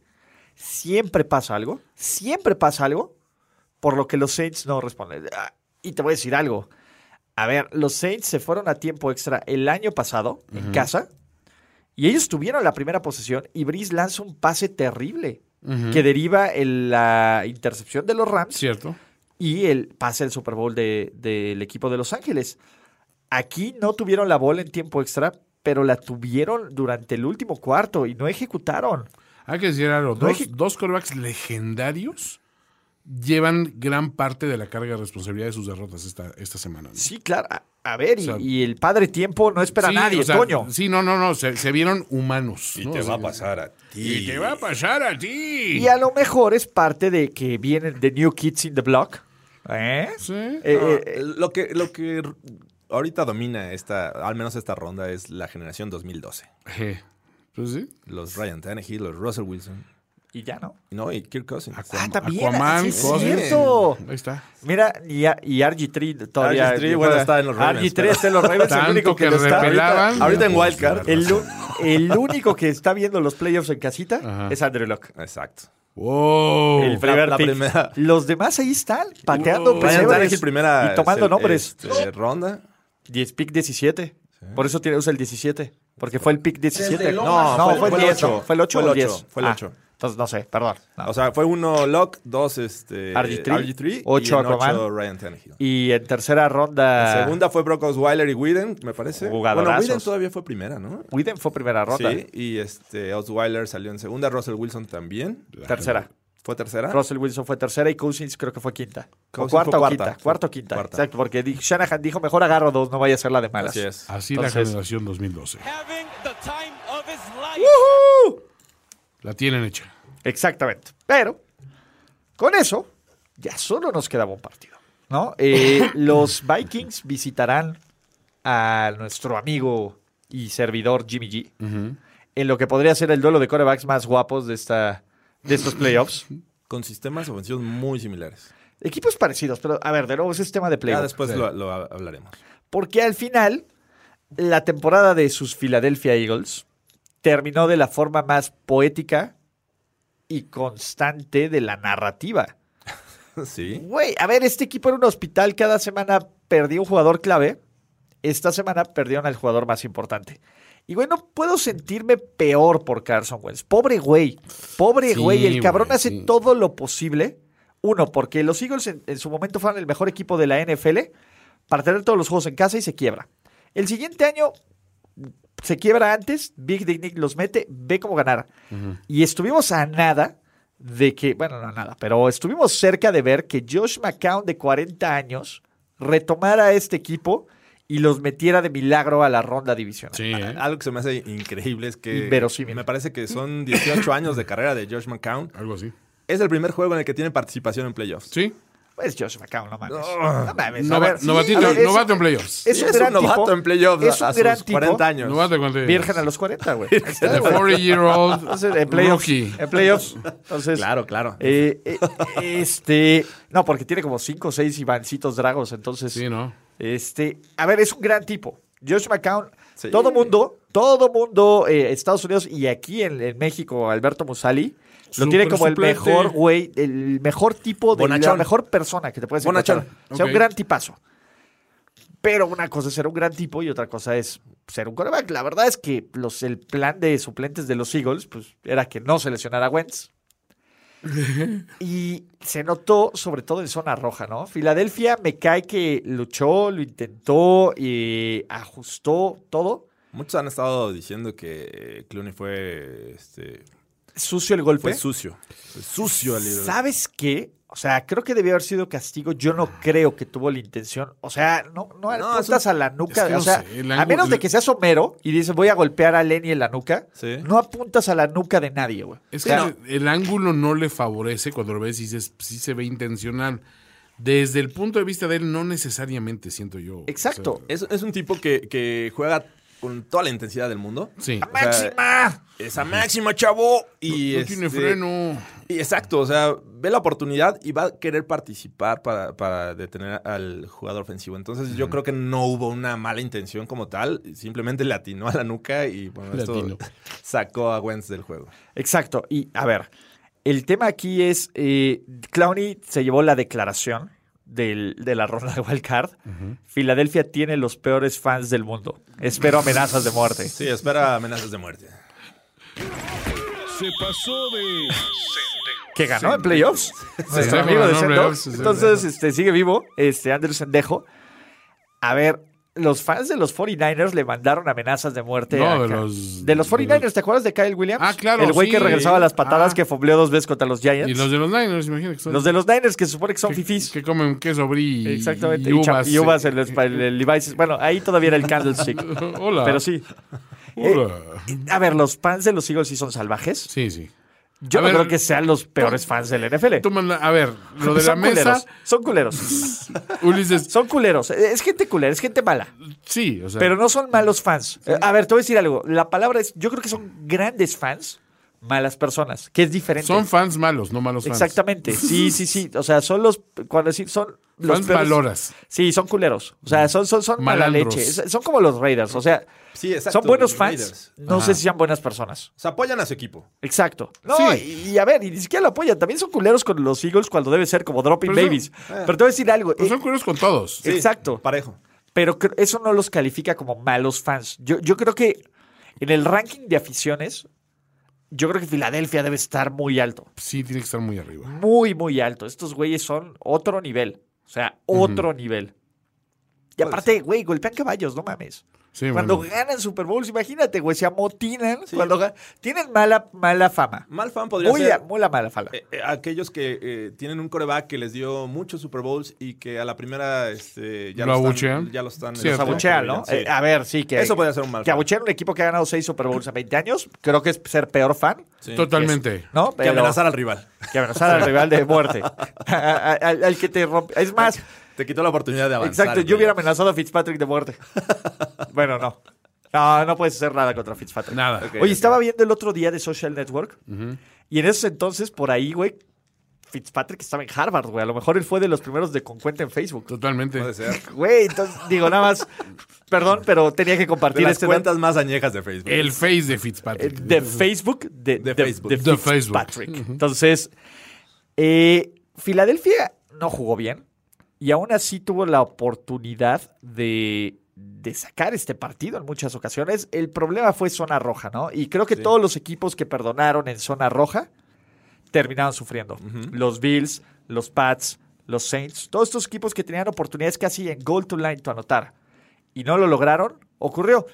siempre pasa algo, siempre pasa algo, por lo que los Saints no responden. Ah, Y te voy a decir algo. A ver, los Saints se fueron a tiempo extra el año pasado en casa y ellos tuvieron la primera posesión y Breeze lanza un pase terrible que deriva en la intercepción de los Rams
¿Cierto?
y el pase del Super Bowl de- del equipo de Los Ángeles. Aquí no tuvieron la bola en tiempo extra, pero la tuvieron durante el último cuarto y no ejecutaron.
Hay que decir algo.
No hay
Dos,
que-
dos corebacks legendarios llevan gran parte de la carga de responsabilidad de sus derrotas esta, esta semana. ¿no?
Sí, claro. A, a ver, y,
O sea-
y el padre tiempo no espera
Sí,
a nadie,
o sea,
coño.
Sí, no, no, no. Se, se vieron humanos. ¿no? O sea,
a
Y te va a pasar a ti.
Y a lo mejor es parte de que vienen de New Kids in the Block. ¿Eh?
Sí.
Eh, eh, eh,
lo que lo que r- ahorita domina esta al menos esta ronda es la generación 2012
Eh, Pues sí.
los Ryan Tannehill los Russell Wilson
y ya no.
y no y Kirk Cousins
Ah, también.
Aquaman,
sí, es
Cosmo.
cierto.
Ahí está.
Mira, y, a- y RG3 todavía.
RG3, bueno, está en los Ravens,
RG3 está en los Ravens, el
Tanto
único que,
que
lo está.
repelaban.
Ahorita-
ahorita en
Mira, pues,
Wildcard
el, u- el único que está viendo los playoffs en casita
Ajá.
es Andrew Locke.
exacto
Wow.
El primer
Uh, la
pick.
primera. Uh,
Los demás ahí están, pateando
Ryan
pesebres
Tannehill primera
y tomando
este,
nombres.
este, ronda
10 pick 17. Por eso tiene, usa el 17. Porque fue el pick 17.
lo
No,
más
no,
joven.
fue el
Fue el
10.
ocho.
¿no? Fue el 8
Fue
o
el
el 10.
ocho, fue el
Ah,
ocho.
entonces no sé, perdón. No.
o sea fue uno Locke dos este
RG3, ocho
ocho y en
Aquaman.
ocho Ryan Tannehill
Y en tercera ronda.
La segunda fue Brock Osweiler y Whedon, me parece. Bueno,
Jugadorazos.
Whedon todavía fue primera, ¿no?
Widen fue primera ronda.
Sí, y este Osweiler salió en segunda, Russell Wilson también.
Tercera.
¿Fue tercera?
Russell Wilson fue tercera y Cousins creo que fue quinta. O
Ah. Cousins
cuarta
fue
o
cuarta.
quinta. Cuarta o quinta.
Cuarta.
Exacto, porque di- Shanahan dijo, mejor agarro dos, no vaya a ser la de malas.
Así es.
Así la
Entonces-
generación 2012.
having the time of his life.
La tienen hecha.
Exactamente. Pero, con eso, ya solo nos quedaba un partido. ¿no?
(coughs)
Eh, los Vikings visitarán a nuestro amigo y servidor Jimmy G en lo que podría ser el duelo de corebacks más guapos de, esta, de
(coughs)
estos playoffs.
Con sistemas ofensivos muy similares.
Equipos parecidos, pero a ver, de nuevo, ese es tema de
Ya
playoffs.
después lo, lo ha- hablaremos. (laughs)
Porque al final, la temporada de sus Philadelphia Eagles terminó de la forma más poética y constante de la narrativa.
Sí.
Güey, a ver, este equipo era un hospital. Cada semana perdía un jugador clave. Esta semana perdieron al jugador más importante. Y güey, no puedo sentirme peor por Carson Wentz. Pobre güey. Pobre
Sí,
güey. El cabrón
güey,
hace
sí.
todo lo posible. Uno, porque los Eagles en, en su momento fueron el mejor equipo de la NFL para tener todos los juegos en casa y se quiebra. El siguiente año se quiebra antes, Big Dick Nick los mete, ve cómo ganar. Y estuvimos a nada de que, bueno, no a nada, pero estuvimos cerca de ver que Josh McCown de 40 años retomara a este equipo y los metiera de milagro a la ronda divisional.
Sí, ¿eh?
Algo que se me hace increíble es que.
Inverosímil.
Me parece que son 18 años de carrera de Josh McCown.
Algo así.
Es el primer juego en el que tiene participación en playoffs.
Sí.
Pues Josh McCown, no mames.
No.
No mames. a
Nova-
ver,
novatito-
a ver, es-
novato en playoffs.
Es
Sí,
un gran
novato
tipo.
en playoffs
Es
a-
un
a, sus
gran tipo.
40 años.
Novato con de-
Virgen a los 40, güey. Ahí está,
The
güey.
40 year old
(laughs) Entonces, en playoffs.
rookie.
En playoffs. Entonces,
Claro, claro.
Eh, eh, este. No, porque tiene como cinco o seis Ivancitos Dragos. Entonces.
Sí, ¿no?
Este. A ver, es un gran tipo. Josh McCown.
Sí.
Todo mundo, todo mundo, eh, Estados Unidos y aquí en, en México, Alberto Musali, lo
Súper
tiene como el
suplente.
mejor güey, el mejor tipo de la
Bonachón.
mejor persona que te puedes encontrar.
Bonachón.
O sea, un
Ok.
gran tipazo. Pero una cosa es ser un gran tipo y otra cosa es ser un coreback. La verdad es que los, el plan de suplentes de los Eagles pues, era que no se lesionara Wentz. y se notó sobre todo en zona roja, ¿no? Filadelfia me cae que luchó, lo intentó, y ajustó todo.
Muchos han estado diciendo que eh, Clooney fue. Este,
Sucio el golpe.
fue sucio. Fue sucio al libro.
¿Sabes qué? O sea, creo que debió haber sido castigo. Yo no creo que tuvo la intención. O sea, no, no apuntas
es un-
a la nuca.
es que
o
no
sea,
sé, el
a
ángulo-
menos de que seas Homero y dices voy a golpear a Lenny en la nuca,
Sí.
no apuntas a la nuca de nadie, güey.
Es
O
que
sea,
el ángulo no le favorece cuando lo ves y dices, sí se ve intencional. Desde el punto de vista de él, no necesariamente siento yo.
Exacto.
O sea,
Es, es un tipo que, que juega con toda la intensidad del mundo.
sí.
O sea, Esa máxima, chavo. Y
no tiene
este,
freno.
Y exacto, o sea, ve la oportunidad y va a querer participar para, para detener al jugador ofensivo. Entonces yo creo que no hubo una mala intención como tal, simplemente le atinó a la nuca y bueno,
Le
esto
atinó.
(laughs) sacó a Wentz del juego.
Exacto. Y a ver, el tema aquí es, eh, Clowney se llevó la declaración del- de la ronda de Wildcard. Filadelfia tiene los peores fans del mundo. Espero amenazas de muerte.
Sí, espera amenazas de muerte.
Se pasó de...
que ganó en playoffs. Nuestro
Sendejo
amigo de
ganó en
Sendo.
playoffs, sí,
Entonces, este, sigue vivo, este, Andrew Sendejo. A ver, los fans de los 49ers le mandaron amenazas de muerte.
No,
a-
de los-
de los 49ers, ¿te acuerdas de Kyle Williams?
Ah, claro,
El güey que
sí.
regresaba a las patadas
Ah.
que fobleó dos veces contra los Giants.
Y los de los Niners, imagínate. Que son-
Los de los Niners que se supone que son
que-
fifís.
Que comen queso brie y,
Exactamente.
y uvas.
y uvas el, el- el Levi's. Bueno, ahí todavía era el Candlestick.
(laughs) Hola.
Pero sí. eh.
Hola.
A ver, los fans de los Eagles sí son salvajes.
Sí, sí.
Yo
A
no
ver,
creo que sean los peores fans del NFL.
Tú manda- a ver, lo de la
son
mesa,
culeros. Son culeros.
Ulises,
Son culeros. Eh, Es gente culera, es gente mala.
sí, o sea,
Pero no son malos fans. Eh, A ver, te voy a decir algo. La palabra es, yo creo que son grandes fans, malas personas, que es diferente.
son fans malos, no malos fans.
Exactamente. Sí, sí, sí. O sea, son los, cuando decir, son los
Fans
peores-
valoras.
Sí, son culeros. O sea, son, son, son mala
Malandros.
leche. Es- Son como los Raiders. O sea,
Sí, exacto,
son buenos
los
fans.
Raiders.
No sé si sean buenas personas.
O sea, apoyan a su equipo.
Exacto. No,
Sí.
y, y a ver, y ni siquiera lo apoyan. También son culeros con los Eagles cuando debe ser, como Dropping
Pero son-
Babies. Pero te voy a decir algo.
Pues
eh,
son curiosos con todos.
Sí,
Exacto.
Parejo.
pero cre- eso no los califica como malos fans. Yo, yo creo que en el ranking de aficiones, yo creo que Filadelfia debe estar muy alto.
Sí, tiene que estar muy arriba.
Muy, muy alto. Estos güeyes son otro nivel. O sea, otro nivel. Y aparte, güey, golpean caballos, no mames.
Sí,
cuando
bueno.
ganan Super Bowls, imagínate, güey, se amotinan. Cuando gan- tienen mala, mala fama.
Mal fan podría
Muy,
ser.
a- muy la mala fama.
eh, eh, aquellos que eh, tienen un coreback que les dio muchos Super Bowls y que a la primera este, ya
Lo
están-
abuchean.
Ya lo están.
Cierto.
Los abuchean, ¿no?
Sí.
Eh, a ver, sí, que.
Eso podría ser un mal
Que
fan.
abuchean un equipo que ha ganado seis Super Bowls a 20 años, creo que es ser peor fan.
Sí.
Totalmente.
¿no?
Que
Pero-
amenazar al rival.
que amenazar al rival de muerte. A- a- a- al, al que te rompe. Es más,
Te quitó la oportunidad de avanzar.
exacto, yo
güey.
hubiera amenazado a Fitzpatrick de muerte. Bueno, no. No, no puedes hacer nada contra Fitzpatrick.
Nada.
Oye, estaba viendo el otro día de Social Network y en esos entonces, por ahí, güey, Fitzpatrick estaba en Harvard, güey. A lo mejor él fue de los primeros de con cuenta en Facebook.
Totalmente.
Puede
(laughs)
ser.
Güey, entonces, digo, nada más, perdón, pero tenía que
De
compartir
las
este dato
cuentas más añejas de Facebook.
El face de
eh,
Fitzpatrick.
de Facebook
De
de, de-
Facebook.
de
De Facebook.
Fitzpatrick. Entonces, eh, Filadelfia no jugó bien y aún así tuvo la oportunidad de, de sacar este partido en muchas ocasiones. El problema fue zona roja, ¿no? Y creo que todos los equipos que perdonaron en zona roja terminaron sufriendo. Los Bills, los Pats, los Saints, todos estos equipos que tenían oportunidades casi en goal to line to anotar y no lo lograron, ocurrió.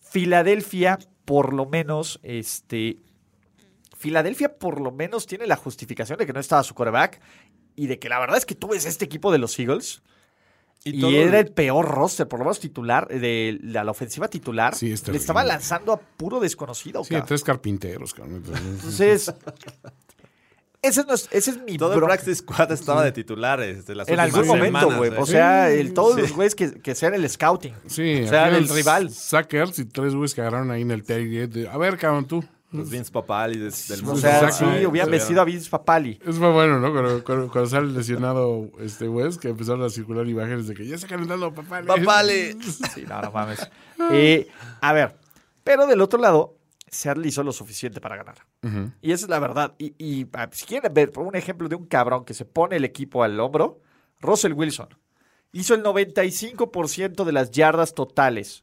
Filadelfia, por lo menos, este. Filadelfia, por lo menos, tiene la justificación de que no estaba su coreback y de que la verdad es que tú ves este equipo de los Eagles y,
todo-
era el peor roster, por lo menos titular, eh, de la, la ofensiva titular.
Sí, es
le
terrible.
estaba lanzando a puro desconocido.
Sí,
cabrón.
tres carpinteros, cabrón.
Entonces, ese, es nos- ese es mi
Todo el
bronca.
Practice Squad estaba de titulares. de las
En
últimas
algún momento,
semanas,
güey.
eh.
O sea, el- todos
Sí.
los güeyes que, que sean el scouting.
(laughs) Sí,
o sea,
al final
del rival.
Sackers y tres güeyes que agarraron ahí en el tailgate. de, A ver, cabrón, tú.
Los Vince Papal y des- del
O
mundo.
sea,
Exacto.
sí,
Ay,
hubieran vestido a Vince Papali.
Es muy bueno, ¿no? Cuando, cuando- cuando sale lesionado este West, que empezaron a circular imágenes de que ya está calentando papá.
Papale.
Sí, no, no mames. Eh, a ver, pero del otro lado, Seattle hizo lo suficiente para ganar. Y esa es la verdad. Y, y, ah, si quieren ver un ejemplo de un cabrón que se pone el equipo al hombro, Russell Wilson hizo el 95% de las yardas totales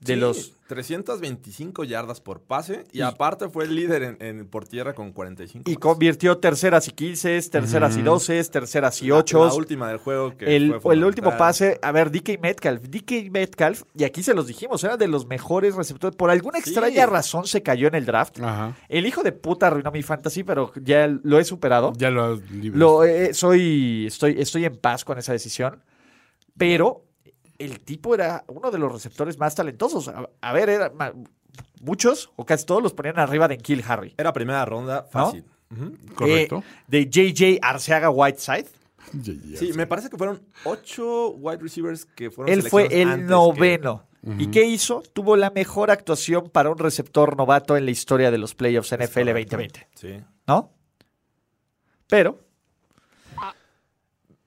de
Sí,
los...
325 yardas por pase y, aparte fue el líder en, en- por tierra con 45.
Y
más.
convirtió terceras y 15, terceras y 12, terceras y 8.
La última del juego que
el,
fue
o el último
fundamental.
pase, a ver, DK Metcalf. DK Metcalf, y aquí se los dijimos, era de los mejores receptores. Por alguna
Sí.
extraña razón se cayó en el draft.
Ajá.
El hijo de puta arruinó mi fantasy, pero ya lo he superado.
Ya lo has libre.
Lo, eh, soy, estoy, estoy en paz con esa decisión. Pero el tipo era uno de los receptores más talentosos. A, a ver, era, ma- muchos o casi todos los ponían arriba de Kill Harry.
Era primera ronda fácil.
Correcto.
Eh, de JJ Arceaga Whiteside.
Ya, ya.
Sí, me parece que fueron ocho wide receivers que fueron
Él fue
seleccionados
el
antes que-
noveno. ¿Y qué hizo? Tuvo la mejor actuación para un receptor novato en la historia de los playoffs NFL 2020,
Sí.
¿no? Pero, Ah.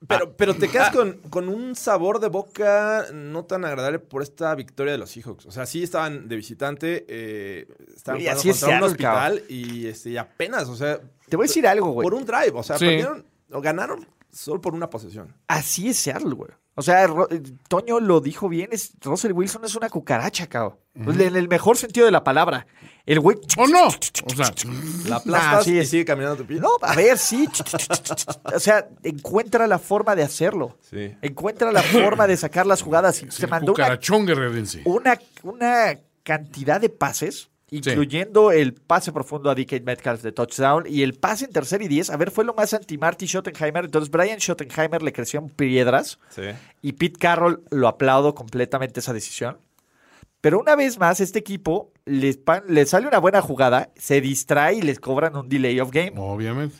Pero, pero
(laughs)
te quedas con, con un sabor de boca no tan agradable por esta victoria de los Seahawks. O sea, sí estaban de visitante, eh, estaban
Güey,
jugando
así es
contra un
Seattle, cabrón. Pues
hospital y, este, y apenas, o sea,
te voy a decir algo, güey.
por un drive. O sea,
Sí.
perdieron o ganaron solo por una posesión.
Así es Seattle, güey. O sea, Ro- eh, Toño lo dijo bien, es, Russell Wilson es una cucaracha, cabrón. Pues, En el mejor sentido de la palabra. El güey...
¿O no? O sea,
La aplastas
sí,
y
sí.
sigue caminando tu pie.
No, a ver, sí. O sea, encuentra la forma de hacerlo.
Sí.
Encuentra la forma de sacar las jugadas. Y
es
(laughs) se
el
mandó una,
cucarachón guerrerense.
una, una cantidad de pases, incluyendo el pase profundo a DK Metcalf de touchdown y el pase en tercer y diez. A ver, fue lo más anti-Marty Schottenheimer. Entonces, Brian Schottenheimer le crecieron piedras.
Sí.
Y Pete Carroll lo aplaudo completamente esa decisión. Pero una vez más, este equipo les, pa- les sale una buena jugada, se distrae y les cobran un delay of game. O
Obviamente.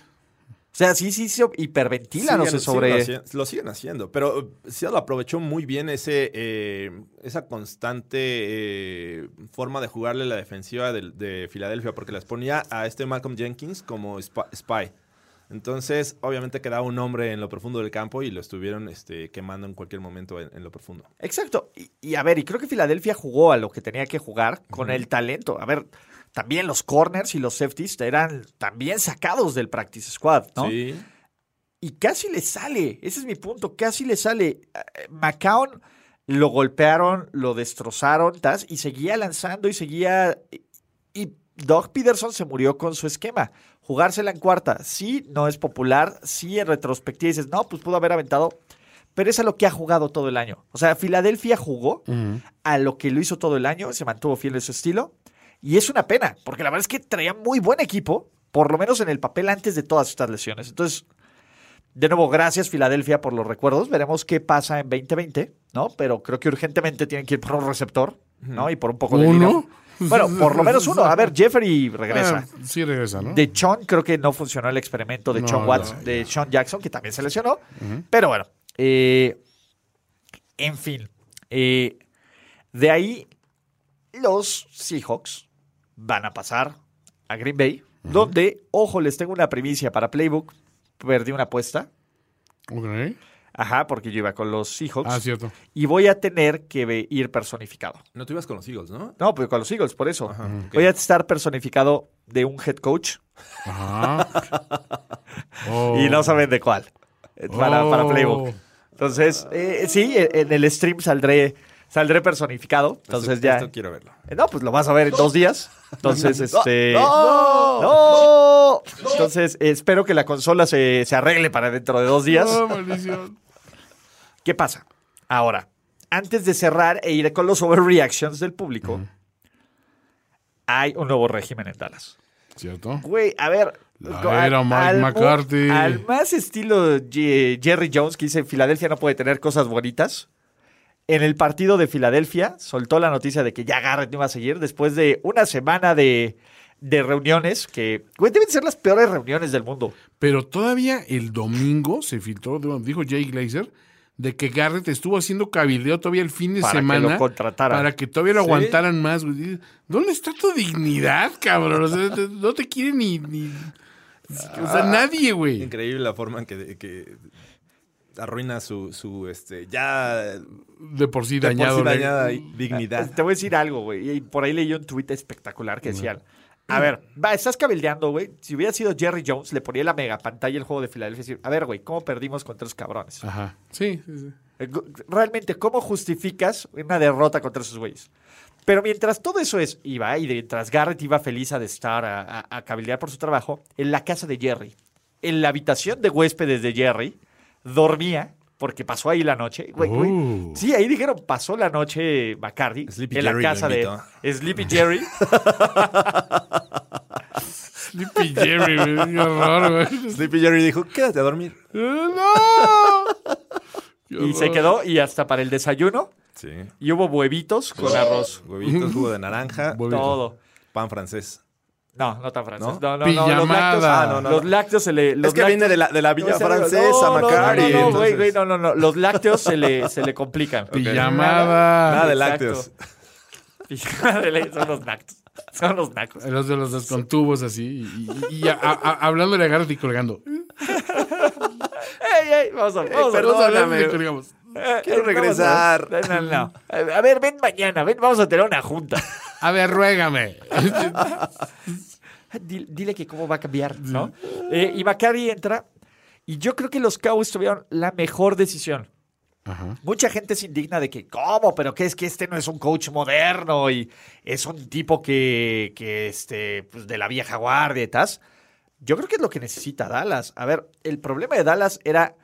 sea, sí, sí, se hiperventilan, no sé,
Siguen-
sobre...
siguen haci- lo siguen haciendo, pero eh, Seattle aprovechó muy bien ese, eh, esa constante eh, forma de jugarle la defensiva del- de, Filadelfia, porque las ponía a este Malcolm Jenkins como spa- spy. Entonces, obviamente quedaba un hombre en lo profundo del campo y lo estuvieron este, quemando en cualquier momento en, en lo profundo.
Exacto. Y, y a ver, y creo que Filadelfia jugó a lo que tenía que jugar con el talento. A ver, también los corners y los safeties eran también sacados del practice squad, ¿no?
Sí.
Y casi le sale, ese es mi punto, casi le sale. Eh, McCown lo golpearon, lo destrozaron, tas, y seguía lanzando y seguía. Y Doug Peterson se murió con su esquema. Jugársela en cuarta, sí, no es popular, sí, en retrospectiva dices, no, pues pudo haber aventado, pero es a lo que ha jugado todo el año. O sea, Filadelfia jugó a lo que lo hizo todo el año, se mantuvo fiel a su estilo, y es una pena, porque la verdad es que traía muy buen equipo, por lo menos en el papel antes de todas estas lesiones. Entonces, de nuevo, gracias Filadelfia por los recuerdos. Veremos qué pasa en 2020, ¿no? Pero creo que urgentemente tienen que ir por un receptor, ¿no? Y por un poco de
¿Uno?
liga. Bueno, por lo menos uno. A ver, Jeffrey regresa.
Ah, sí regresa, ¿no?
De Sean creo que no funcionó el experimento de
No,
Sean
no,
Watson, de Sean Jackson, que también se lesionó. Pero bueno, eh, en fin. eh, de ahí, los Seahawks van a pasar a Green Bay, donde, ojo, les tengo una primicia para Playbook. Perdí una apuesta.
Ok.
Ajá, porque yo iba con los Seahawks.
Ah, cierto.
Y voy a tener que ve- ir personificado.
No te ibas con los Eagles, ¿no?
No, pues con los Eagles, por eso. Voy a estar personificado de un head coach
Ajá.
(laughs) y no saben de cuál. eh, Para, para
Oh.
Playbook. Entonces, eh, sí, eh, en el stream saldré, saldré personificado. Entonces
Esto-
ya.
esto quiero verlo.
Eh, No, pues lo vas a ver en dos días. Entonces, (laughs) este. ¡No! Entonces, espero que la consola se, se arregle para dentro de dos días.
Oh, maldición.
¿Qué pasa? Ahora, antes de cerrar e ir con los overreactions del público, hay un nuevo régimen en Dallas.
Cierto.
Güey, a ver.
La
al-
era Mike
al mu-
McCarthy.
Al más estilo Ye- Jerry Jones, que dice: Filadelfia no puede tener cosas bonitas. En el partido de Filadelfia, soltó la noticia de que ya Garrett no iba a seguir después de una semana de, de reuniones que, güey, deben ser las peores reuniones del mundo.
Pero todavía el domingo se filtró, de- dijo Jay Glazer, de que Garrett estuvo haciendo cabildeo todavía el fin de
Para que
semana.
lo contrataran.
Para que todavía lo
Sí.
aguantaran más. güey. Dices, ¿Dónde está tu dignidad, cabrón? O sea,
(laughs)
te- no te quiere ni... ni- o sea, nadie,
Ah,
güey.
Increíble la forma en que, que arruina su, su este, ya
De por sí
de por sí
dañado. la-
dañada dignidad.
Te voy a decir algo, güey. Y por ahí leí un tuit espectacular que decían. A ver, va, estás cabildeando, güey. Si hubiera sido Jerry Jones, le ponía la mega pantalla el juego de Filadelfia y decir, a ver, güey, ¿cómo perdimos contra esos cabrones?
Ajá. Sí, sí, sí.
Eh, gu- Realmente, ¿cómo justificas una derrota contra esos güeyes? Pero mientras todo eso es, iba, y mientras Garrett iba feliz a de estar, a, a- a cabildear por su trabajo, en la casa de Jerry, en la habitación de huéspedes de Jerry, dormía, porque pasó ahí la noche. Güey, güey.
Uh.
Sí, ahí dijeron, pasó la noche Bacardi,
Oh. Sleepy
en
Jerry
la
lo
casa de
invitó.
Sleepy
(laughs)
Jerry.
Sleepy Jerry, güey. Qué horror, güey.
Sleepy Jerry dijo, quédate a dormir.
¡No! Qué
y se
horror.
quedó, y hasta para el desayuno,
Sí.
y hubo huevitos
Oh.
con arroz.
Huevitos, jugo de (laughs) naranja,
Todo.
pan francés.
No, no tan francés.
¿No?
No, no, no, los lácteos,
Pijamada.
ah, no, no, los lácteos se le... los
es que
lácteos-
viene de la, de la
No,
villa
se le-
francesa,
no, no,
Macari.
No, no, no, güey,
entonces-
güey, no, no, no. Los lácteos se le, se le complican. (laughs)
Pijamada.
Nada de
Exacto.
lácteos.
Pijamada le- Son los nacos. Son los nacos.
Los de los descontubos así. Y, y- y a- a- a- hablándole a Garrett y colgando. Eh,
Ey, ey, vamos a, vamos a-
Vamos a hablar
perdóname.
de que digamos,
eh,
quiero
eh,
regresar.
vamos a- no, no, no. A ver, ven mañana, ven, vamos a tener una junta.
A ver, ruégame.
Dile, dile que cómo va a cambiar, ¿no? Eh, y Macari entra Y yo creo que los Cowboys tuvieron la mejor decisión. Mucha gente se indigna de que, ¿cómo? Pero que es que este no es un coach moderno y es un tipo que, que este, pues, de la vieja guardia y tas. Yo creo que es lo que necesita Dallas. A ver, el problema de Dallas era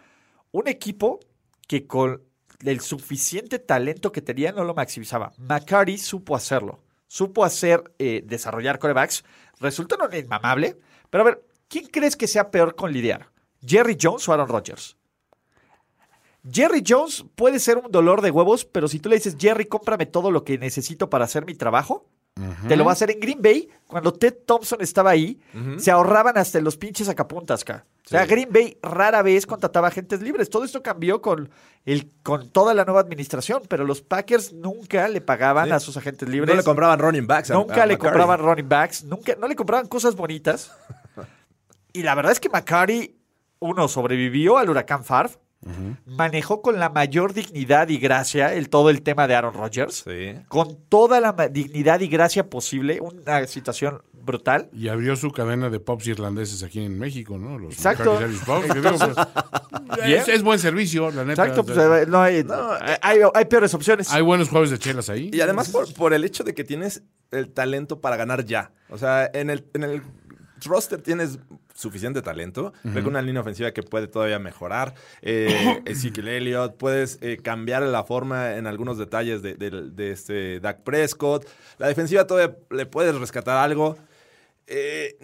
un equipo que con el suficiente talento que tenía no lo maximizaba. McCarty supo hacerlo. Supo hacer, eh, desarrollar corebacks. Resultó no inmamable. Pero a ver, ¿quién crees que sea peor con lidiar? ¿Jerry Jones o Aaron Rodgers? Jerry Jones puede ser un dolor de huevos, pero si tú le dices, Jerry, cómprame todo lo que necesito para hacer mi trabajo, te lo va a hacer en Green Bay. Cuando Ted Thompson estaba ahí, se ahorraban hasta los pinches sacapuntas, ca. O sea, Green Bay rara vez contrataba agentes libres. Todo esto cambió con, el, con toda la nueva administración, pero los Packers nunca le pagaban a sus agentes libres.
No le compraban running backs. a-
Nunca
a
le
McCarthy.
compraban running backs, nunca, no le compraban cosas bonitas. Y la verdad es que McCarty, uno, sobrevivió al huracán Favre, manejó con la mayor dignidad y gracia el, todo el tema de Aaron Rodgers,
Sí.
con toda la ma- dignidad y gracia posible, una situación brutal.
Y abrió su cadena de pops irlandeses aquí en México, ¿no? Los
Exacto.
Harry's Pops, que digo,
(laughs)
pues, es, es buen servicio, la neta.
Exacto, pues, eh, no hay, hay- hay peores opciones.
Hay buenos jueves de chelas ahí.
Y además por, por el hecho de que tienes el talento para ganar ya. O sea, en el, en el roster tienes suficiente talento. Creo que una línea ofensiva que puede todavía mejorar. Eh, Ezekiel Elliott. Puedes eh, cambiar la forma en algunos detalles de, de- de este Dak Prescott. La defensiva todavía le puedes rescatar algo. Eh,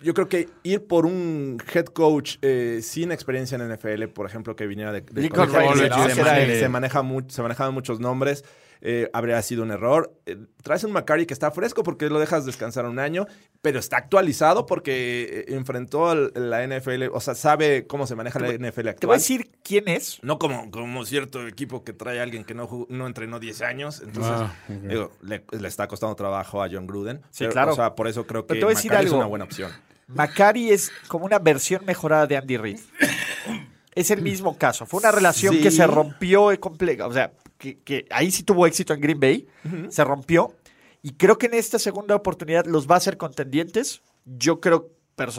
yo creo que ir por un head coach eh, sin experiencia en NFL, por ejemplo, que viniera de, de
Lincoln
college,
Riley,
¿no?
¿no?
se,
Era
mane-
el-
se maneja mu- se manejaban muchos nombres, eh, habría sido un error. Eh, traes un McCarty que está fresco porque lo dejas descansar un año, pero está actualizado porque eh, enfrentó al- la NFL, o sea, sabe cómo se maneja la NFL actual.
Te voy a decir quién es.
No como, como cierto equipo que trae a alguien que no, jugó- no entrenó 10 años. Entonces,
Ah, ok.
digo, le, le está costando trabajo a John Gruden.
Sí, claro.
O sea, por eso creo que
Pero te voy a decir
McCarthy es
algo.
una buena opción.
Macari es como una versión mejorada de Andy Reid. Es el mismo caso. Fue una relación que
Sí.
se rompió eh, comple- O sea, que, que ahí sí tuvo éxito en Green Bay. Se rompió. Y creo que en esta segunda oportunidad los va a hacer contendientes. Yo creo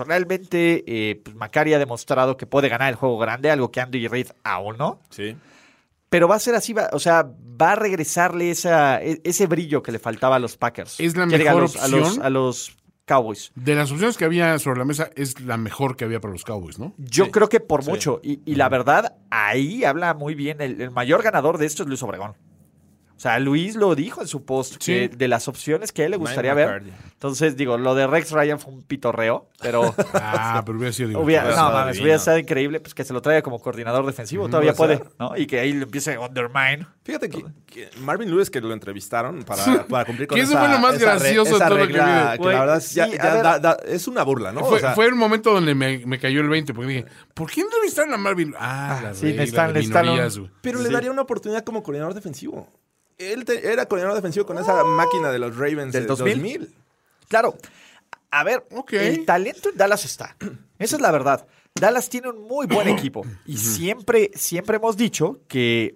personalmente, eh, pues Macari ha demostrado que puede ganar el juego grande, algo que Andy Reid aún no.
Sí.
Pero va a ser así, va- o sea, va a regresarle esa, e- ese brillo que le faltaba a los Packers.
Es la
Que diga, a
mejor
los- a los-
opción.
a los Cowboys.
De las opciones que había sobre la mesa, es la mejor que había para los Cowboys,
(laughs)
¿no?
Yo creo que por mucho. Y, y la verdad, ahí habla muy bien. El, el mayor ganador de esto es Luis Obregón. O sea, Luis lo dijo en su post que de las opciones que a él le gustaría ver.
McCarthy.
Entonces, digo, lo de Rex Ryan fue un pitorreo, pero
Ah, pero hubiera sido
(laughs) hubiera,
divertido.
estado
no, mames,
divino.
hubiera estado increíble pues, que se lo traiga como coordinador defensivo. Todavía puede, ¿no? Y que ahí lo empiece a undermine.
Fíjate que, que Marvin Lewis, que lo entrevistaron para, para cumplir con
Que eso
esa,
fue lo más
esa re-
gracioso de
esa
todo lo que
regla
vi.
que
Güey,
la verdad ya-
sí, a
ya
ver.
da- da- es una burla, ¿no? O
Fue,
sea,
fue el momento donde me, me cayó el 20, porque dije, ¿por qué entrevistaron a Marvin? Ah, la
sí,
regla
necesitan-
de
necesitan un-
minorías, güey.
Pero le daría una oportunidad como coordinador defensivo. Él te- era coordinador defensivo con esa máquina de los Ravens del
¿Del 2000?
2000.
Claro. A ver,
Ok.
el talento en Dallas está. Esa es la verdad. Dallas tiene un muy buen equipo. Y siempre, siempre hemos dicho que,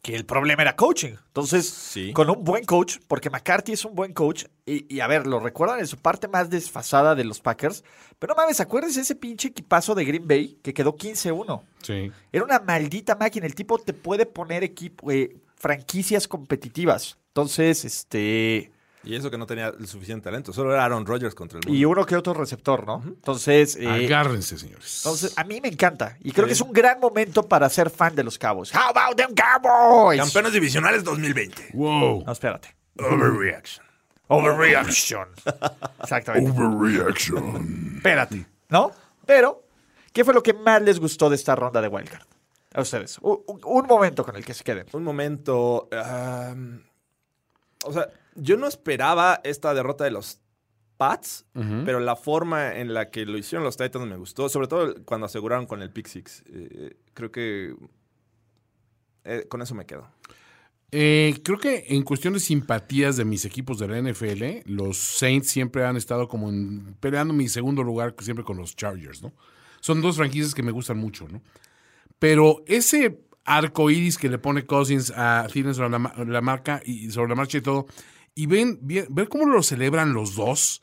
que el problema era coaching. Entonces,
Sí.
con un buen coach, porque McCarthy es un buen coach, y, y a ver, lo recuerdan en su parte más desfasada de los Packers. Pero no mames, acuérdense ese pinche equipazo de Green Bay que quedó 15-1.
Sí.
Era una maldita máquina. El tipo te puede poner equipo, eh, franquicias competitivas. Entonces, este.
Y eso que no tenía el suficiente talento. Solo era Aaron Rodgers contra el mundo.
Y uno que otro receptor, ¿no? Entonces, eh,
Agárrense, señores.
entonces, a mí me encanta. Y creo que es un gran momento para ser fan de los Cabos. How about them Cowboys?
Campeones divisionales 2020.
Wow.
No, espérate.
Overreaction.
Overreaction. (laughs) Exactamente.
Overreaction.
Espérate. ¿No? Pero, ¿qué fue lo que más les gustó de esta ronda de Wildcard? A ustedes. Un, un- un momento con el que se queden.
Un momento. am, o sea, yo no esperaba esta derrota de los Pats, pero la forma en la que lo hicieron los Titans me gustó. Sobre todo cuando aseguraron con el pick six. Eh, creo que eh, con eso me quedo.
Eh, creo que en cuestión de simpatías de mis equipos de la NFL, los Saints siempre han estado como en- peleando mi segundo lugar siempre con los Chargers, ¿no? Son dos franquicias que me gustan mucho, ¿no? Pero ese arco iris que le pone Cousins a Thielen sobre la, ma- la marca y sobre la marcha y todo, y ven, bien- ver cómo lo celebran los dos,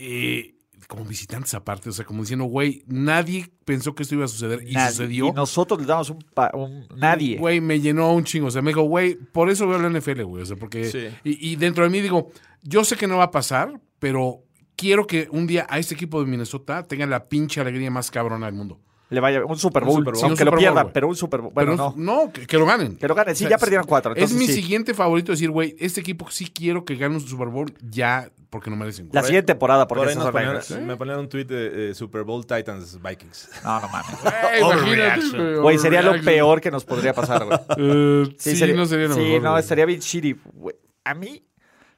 eh, como visitantes aparte, o sea, como diciendo, güey, nadie pensó que esto iba a suceder y
Nadie.
sucedió.
Y nosotros le damos un, pa- un- nadie.
Güey, me llenó un chingo. O sea, me dijo, güey, por eso veo la NFL, güey. O sea, porque.
Sí.
Y, y dentro de mí digo, yo sé que no va a pasar, pero quiero que un día a este equipo de Minnesota tenga la pinche alegría más cabrona del mundo.
Le vaya un Super Bowl,
Super Bowl. Sí,
aunque
un Super
lo
Bowl,
pierdan,
güey.
pero un Super Bowl. Bueno,
Pero
no.
que, que lo ganen.
Que lo ganen. Sí, ya perdieron cuatro,
Es
entonces
mi
sí.
siguiente favorito decir, güey, este equipo sí quiero que gane un Super Bowl ya, porque no merecen. güey.
La siguiente temporada,
Por,
porque
ahí
estos
nos
son
ponían-
Raiders.
me ponían un tweet de eh, Super Bowl Titans Vikings. (laughs)
No, no mames. (laughs)
Güey, imagínate,
Overreaction.
Güey, sería lo
overreaction.
peor que nos podría pasar, güey.
Eh, (laughs) sí,
sería-
no sería lo
sí,
mejor,
no,
güey.
estaría bien shitty. güey. A mí,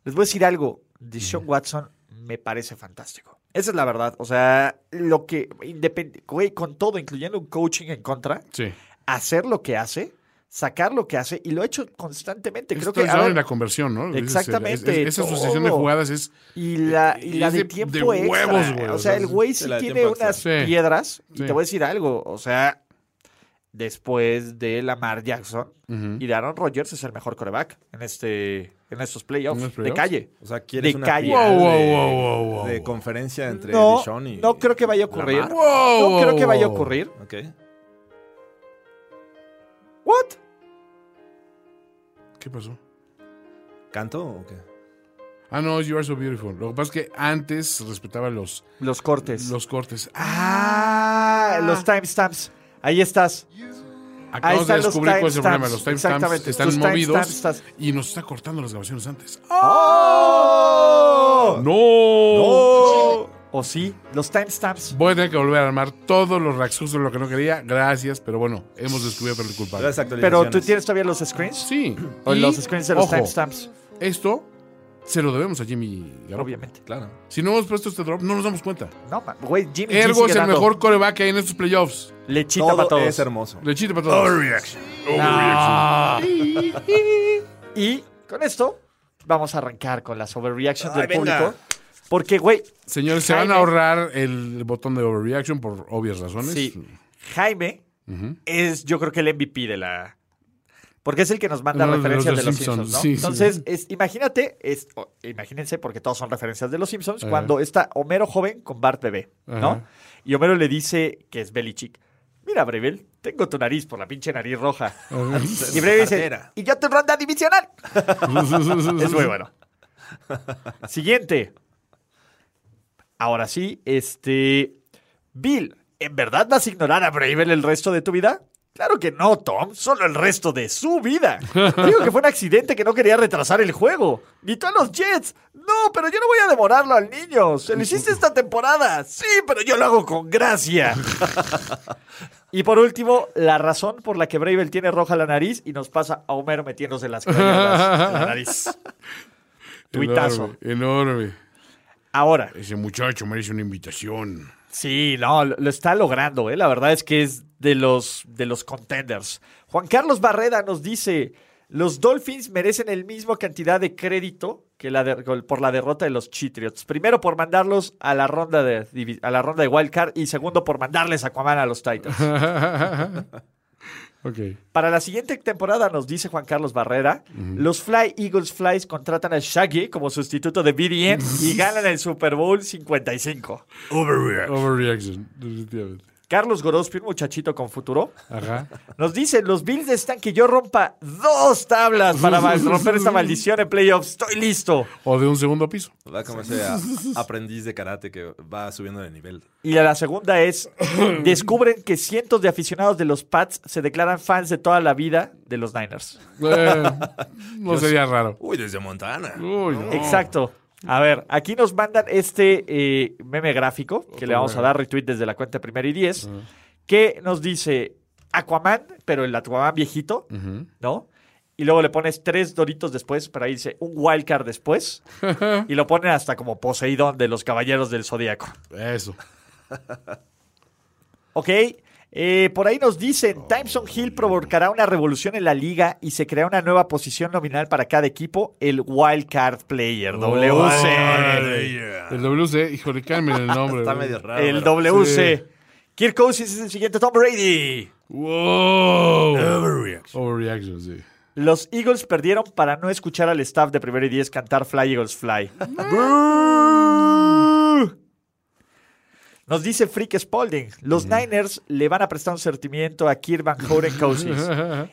les voy a decir algo. Deshaun Watson me parece fantástico. Esa es la verdad. O sea, lo que. independ- Güey, con todo, incluyendo un coaching en contra,
Sí.
hacer lo que hace, sacar lo que hace, y lo ha hecho constantemente. Creo
Esto
que.
es
a
ahora
ver,
en la conversión, ¿no? Es- es-
Exactamente,
es- esa asociación de
todo.
jugadas es.
Y la, y
Y
la
es
de,
de-
tiempo
de
extra.
huevos, güey,
O
o
sea,
sea,
el
es
güey sí
de la de
tiene
tiempo extra.
unas
Sí,
piedras. Y
sí.
te voy a decir algo. O sea, después de Lamar Jackson y de Aaron Rodgers es el mejor coreback en, este, en estos playoffs,
¿En los
de
playoffs?
calle.
O sea, quieres
De
una
calle.
final
Wow,
de,
wow, wow, wow, wow.
de conferencia entre
No,
Deshaun y
no creo que vaya a ocurrir.
Lamar.
Wow,
no creo que vaya a
wow.
ocurrir.
Ok.
¿What?
¿Qué pasó?
¿Canto o qué?
Ah, no, You Are So Beautiful. Lo que pasa es que antes respetaba los,
Los cortes.
los cortes. Ah,
Ah, los timestamps. Ahí estás.
acabamos de
están los
descubrir cuál es el
timestamps.
problema. Los
Exactamente.
timestamps están
Tus
movidos
timestamps Ah, estás-
y nos está cortando las grabaciones antes.
¡Oh!
¡No!
O sí, los timestamps.
Voy a tener que volver a armar todos los raxos de lo que no quería. Gracias, pero bueno, hemos descubierto el culpable.
Las actualizaciones.
Pero tú tienes todavía los screens. (clears throat)
Sí.
O
y,
los screens de los
ojo,
timestamps,
Esto se lo debemos a Jimmy Garoppolo.
obviamente.
Claro.
Si no hemos puesto este drop, no nos damos cuenta.
No, ma- güey, Jimmy G
Ergo
sigue
es el
dando
mejor coreback que hay en estos playoffs.
Lechita
Todo
para todos.
es hermoso.
Lechita para todos.
Y con esto vamos a arrancar con las overreactions
Ay,
del
venga.
público. Porque, güey,
Señores, se van a
Jaime.
ahorrar el botón de overreaction por obvias razones.
sí, Jaime es yo creo que el MVP de la... Porque es el que nos manda
No, de los
referencias de
de
los Simpsons,
Simpsons,
¿no?
sí, sí.
Entonces, es- imagínate, es, o- imagínense, porque todos son referencias de los Simpsons,
Ajá.
cuando está Homero joven con Bart bebé, ¿no?
Ajá.
Y Homero le dice que es Belichick. Mira, Brevel, tengo tu nariz por la pinche nariz roja. Y Brevel dice,
Cartera.
y ya te ronda divisional. Es muy
(laughs)
bueno. Siguiente. Ahora sí, este. Bill, ¿en verdad vas a ignorar a Bravel el resto de tu vida? Claro que no, Tom, solo el resto de su vida. Digo que fue un accidente que no quería retrasar el juego. Ni tú a los Jets. No, pero yo no voy a demorarlo al niño. Se lo hiciste esta temporada. Sí, pero yo lo hago con gracia. Y por último, la razón por la que Bravel tiene roja la nariz y nos pasa a Homero metiéndose las crayolas en la nariz. Tuitazo.
Enorme, enorme.
Ahora,
Ese muchacho merece una invitación.
sí, no, lo, lo está logrando, ¿eh? La verdad es que es de los, de los contenders. Juan Carlos Barreda nos dice: los Dolphins merecen el mismo cantidad de crédito que la de- por la derrota de los Chitriots. Primero por mandarlos a la ronda de divi- a la ronda de Wild Card y segundo por mandarles a Aquaman a los Titans.
(laughs) Ok.
Para la siguiente temporada, nos dice Juan Carlos Barrera, los Fly Eagles Flies contratan a Shaggy como sustituto de BDN y ganan el Super Bowl 55.
Overreaction, definitivamente.
Carlos Gorospi, un muchachito con futuro,
Ajá.
nos dice, los Bills necesitan que yo rompa dos tablas para mal- romper esta maldición en playoffs. Estoy listo.
O de un segundo piso.
Va como ese a- aprendiz de karate que va subiendo de nivel.
Y la segunda es, descubren que cientos de aficionados de los Pats se declaran fans de toda la vida de los Niners.
Eh, no sería raro.
Uy, desde Montana.
Uy, no.
Exacto. A ver, aquí nos mandan este eh, meme gráfico que le vamos a dar retweet desde la cuenta primera y 10, que nos dice Aquaman, pero el Aquaman viejito, ¿no? Y luego le pones tres doritos después, pero ahí dice un wildcard después, y lo ponen hasta como Poseidón de los Caballeros del Zodíaco.
Eso.
Ok. eh, por ahí nos dicen, Timeson Hill provocará una revolución en la liga y se crea una nueva posición nominal para cada equipo, el Wildcard Player, WC.
Oh, El WC, híjole, cálmenme el nombre.
Está
güey.
medio raro.
El
pero-
WC. Kirk Cousins es el siguiente Tom Brady.
Wow. Overreaction. Overreaction, sí.
Los Eagles perdieron para no escuchar al staff de Primero y Diez cantar Fly Eagles Fly. Nos dice Freak Spalding, los Niners le van a prestar un sentimiento a Kirk Van Horen Cousins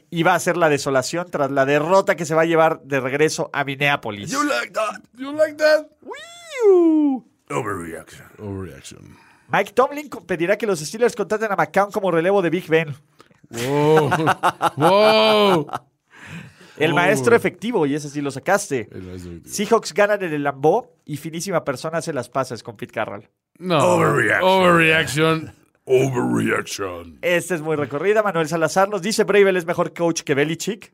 y va a ser la desolación tras la derrota que se va a llevar de regreso a Minneapolis.
You like that? You like that? Overreaction. Overreaction.
Mike Tomlin pedirá que los Steelers contraten a McCown como relevo de Big Ben.
Wow. wow.
El
Oh.
maestro efectivo, y ese sí lo sacaste. Seahawks ganan en el Lambeau y finísima persona hace las pases con Pete Carroll.
No. Overreaction. Overreaction. Overreaction.
Esta Este es muy recorrida. Manuel Salazar nos dice Bravel es mejor coach que Belichick.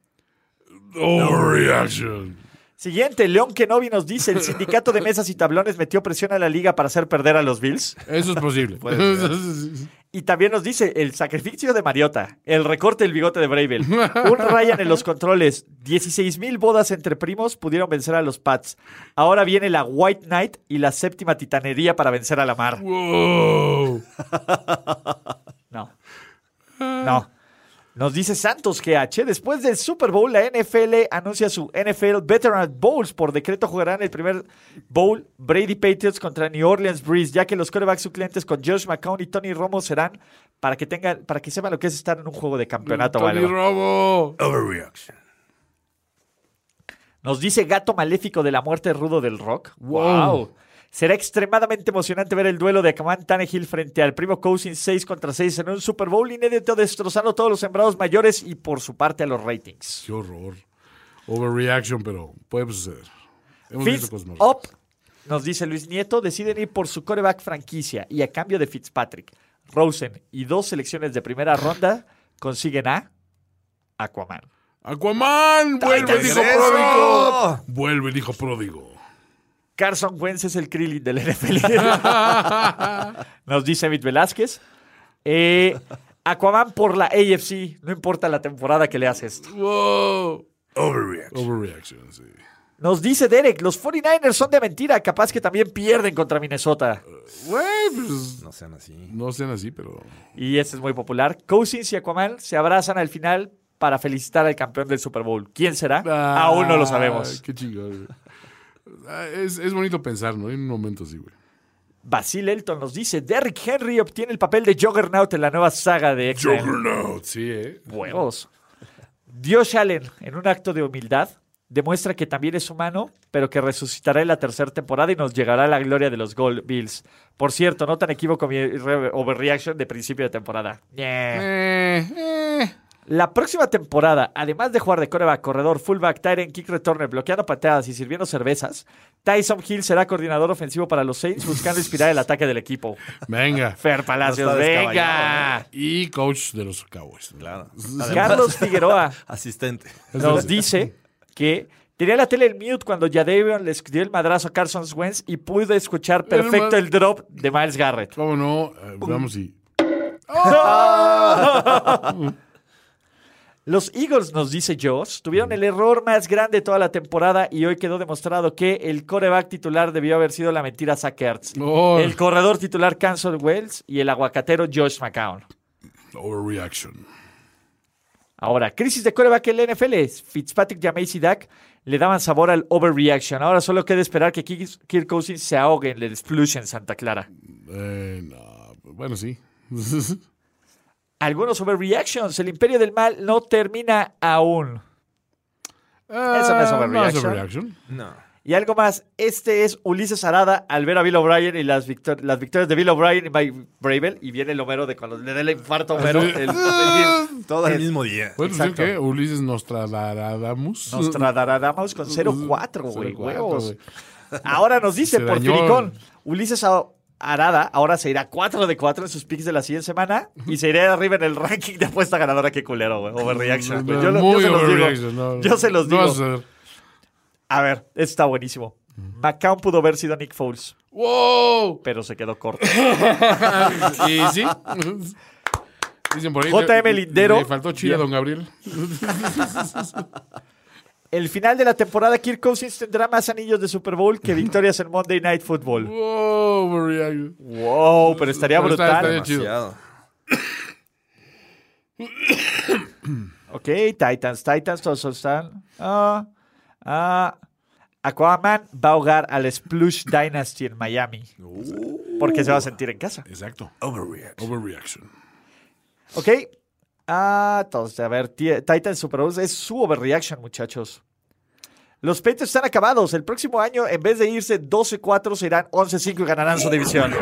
Overreaction.
Siguiente, León Kenobi nos dice el sindicato de mesas y tablones metió presión a la liga para hacer perder a los Bills.
Eso es posible. (laughs)
Y también nos dice el sacrificio de Mariota, el recorte del bigote de Bravel, un Ryan en los controles, 16 mil bodas entre primos pudieron vencer a los Pats. Ahora viene la White Knight y la séptima titanería para vencer a la mar.
wow.
No. No. Nos dice Santos GH, después del Super Bowl, la NFL anuncia su NFL Veteran Bowls. Por decreto jugarán el primer bowl Brady Patriots contra New Orleans Breeze, ya que los corebacks suplentes con Josh McCown y Tony Romo serán para que tengan, para que sepan lo que es estar en un juego de campeonato. o
Tony
algo.
Robo. Overreaction.
Nos dice Gato Maléfico de la muerte rudo del rock. ¡Wow! Será extremadamente emocionante ver el duelo de Kaman Tannehill frente al primo Cousins 6 contra 6 en un Super Bowl inédito destrozando todos los sembrados mayores y por su parte a los ratings.
Qué horror. Overreaction, pero puede suceder. Hemos visto
Fitz
cosas más
Up, nos dice Luis Nieto, deciden ir por su coreback franquicia y a cambio de Fitzpatrick, Rosen y dos selecciones de primera ronda consiguen a Aquaman.
Aquaman, vuelve el hijo
regreso!
pródigo. Vuelve el hijo pródigo.
Carson Wentz es el Krillin del NFL. (laughs) Nos dice Mit Velázquez. Eh, Aquaman por la AFC. No importa la temporada que le haces.
Wow. Overreaction. Overreaction, sí.
Nos dice Derek, los 49ers son de mentira. Capaz que también pierden contra Minnesota.
Güey, pues,
No sean así.
no sean así, pero.
Y este es muy popular. Cousins y Aquaman se abrazan al final para felicitar al campeón del Super Bowl. ¿Quién será? Aún no lo
Ay,
sabemos.
Qué chingón, güey. Ah, Es, es bonito pensar, ¿no? En un momento así, güey.
Basil Elton nos dice, Derrick Henry obtiene el papel de Juggernaut en la nueva saga de X-Men.
Juggernaut, sí, ¿eh?
Huevos. Dios Allen, en un acto de humildad, demuestra que también es humano, pero que resucitará en la tercera temporada y nos llegará la gloria de los Gold Bills. Por cierto, no tan equívoco mi re- overreaction de principio de temporada. Ñe.
Eh, eh.
La próxima temporada, además de jugar de coreback, corredor, fullback, end, kick returner, bloqueando patadas y sirviendo cervezas, Tyson Hill será coordinador ofensivo para los Saints buscando inspirar el ataque del equipo.
Venga.
Fer Palacios,
No está descabellado,
venga.
Y coach de los Cowboys.
Claro.
Carlos Figueroa.
Asistente.
nos dice que tenía la tele en mute cuando Jadeveon les dio el madrazo a Carson Wentz y pudo escuchar perfecto el drop de Miles Garrett.
¿Cómo no? Eh, vamos y.
Los Eagles, nos dice Josh, tuvieron el error más grande de toda la temporada y hoy quedó demostrado que el coreback titular debió haber sido la mentira Zach Ertz,
Oh.
el corredor titular Cancel Wells y el aguacatero Josh McCown.
Overreaction.
Ahora, crisis de coreback en la NFL. Fitzpatrick, Jameis y Dak le daban sabor al overreaction. Ahora solo queda esperar que Kik- Kirk Cousins se ahogue en el explosion en Santa Clara.
Eh, no. Bueno,
(laughs)
sí.
Algunos overreactions. El imperio del mal no termina aún.
Eso
overreaction.
Ah, overreaction.
No.
Y algo más, este es Ulises Arada al ver a Bill O'Brien y las, victor- las victorias de Bill O'Brien y Mike Bravel. Y viene el Homero de cuando le da el infarto a Homero.
(laughs)
el- el-
Todo el mismo día.
¿Puedes decir que Ulises Nostradamus?
Nos tradaramos con 0-4, güey,
0-4,
huevos.
güey.
Ahora nos dice
Se
por
dañó.
Firicón, Ulises A- Arada ahora se irá 4 de 4 en sus picks de la siguiente semana y se irá arriba en el ranking de apuesta ganadora. Qué culero, güey. Overreaction, güey. Yo, lo- yo
Muy
se los digo.
overreaction, no,
yo se los
no
digo.
va a suceder.
A ver, esto está buenísimo. McCown pudo haber sido Nick Foles, (laughs)
¡Wow!
pero se quedó corto.
Y sí. Dicen por ahí.
JM
le-
Lindero.
Le faltó chida,
Bien.
don Gabriel.
El final de la temporada, Kirk Cousins tendrá más anillos de Super Bowl que victorias en Monday Night Football.
¡Wow! Overreaction.
Wow, pero estaría
Pero está-
brutal.
está chido.
Demasiado.
Ok, Titans, Titans, todos están. Ah, ah. Aquaman va a ahogar al Splush Dynasty en Miami.
Uh.
Porque se va a sentir en casa.
Exacto. Overreaction. Overreaction.
Ok. Ah, entonces, a ver, Ti- Titans Super Bowl es su overreaction, muchachos. Los Patriots están acabados. El próximo año, en vez de irse 12-4, se irán 11-5 y ganarán su división.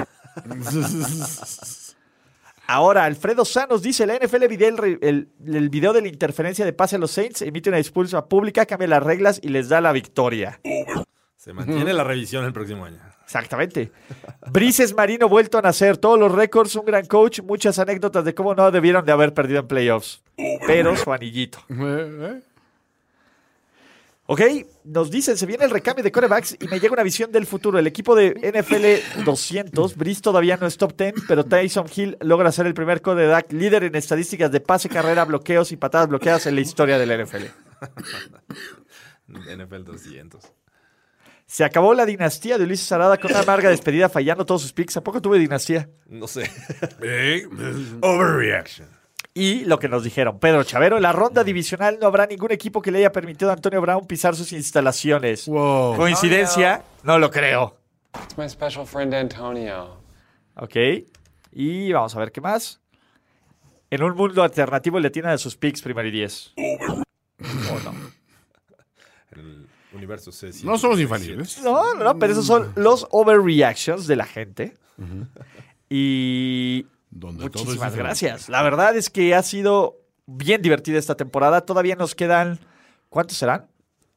Ahora, Alfredo Sanos dice, la NFL video el, re- el- el video de la interferencia de pase a los Saints, emite una expulsa pública, cambia las reglas y les da la victoria.
Se mantiene la revisión el próximo año.
Exactamente. Brises Marino vuelto a nacer, todos los récords, un gran coach, muchas anécdotas de cómo no debieron de haber perdido en playoffs. Pero su anillito.
Eh, eh.
Ok, nos dicen, se viene el recambio de corebacks y me llega una visión del futuro. El equipo de NFL 200, Brice todavía no es top 10, pero Tyson Hill logra ser el primer coreback líder en estadísticas de pase, carrera, bloqueos y patadas bloqueadas en la historia de la NFL.
NFL 200.
Se acabó la dinastía de Ulises Arada con una amarga despedida fallando todos sus picks. ¿A poco tuve dinastía?
No sé.
Eh,
Overreaction.
Y lo que nos dijeron, Pedro Chavero, en la ronda divisional no habrá ningún equipo que le haya permitido a Antonio Brown pisar sus instalaciones.
Wow.
¿Coincidencia? No lo creo.
It's my special friend Antonio.
Ok. Y vamos a ver qué más. En un mundo alternativo le tiene de sus picks primero y diez.
El universo C.
No somos infalibles.
No, no, no, pero esos son los overreactions de la gente. Y
Donde todo es
muchísimas
diferente.
gracias. La verdad es que ha sido bien divertida esta temporada. Todavía nos quedan. ¿Cuántos serán?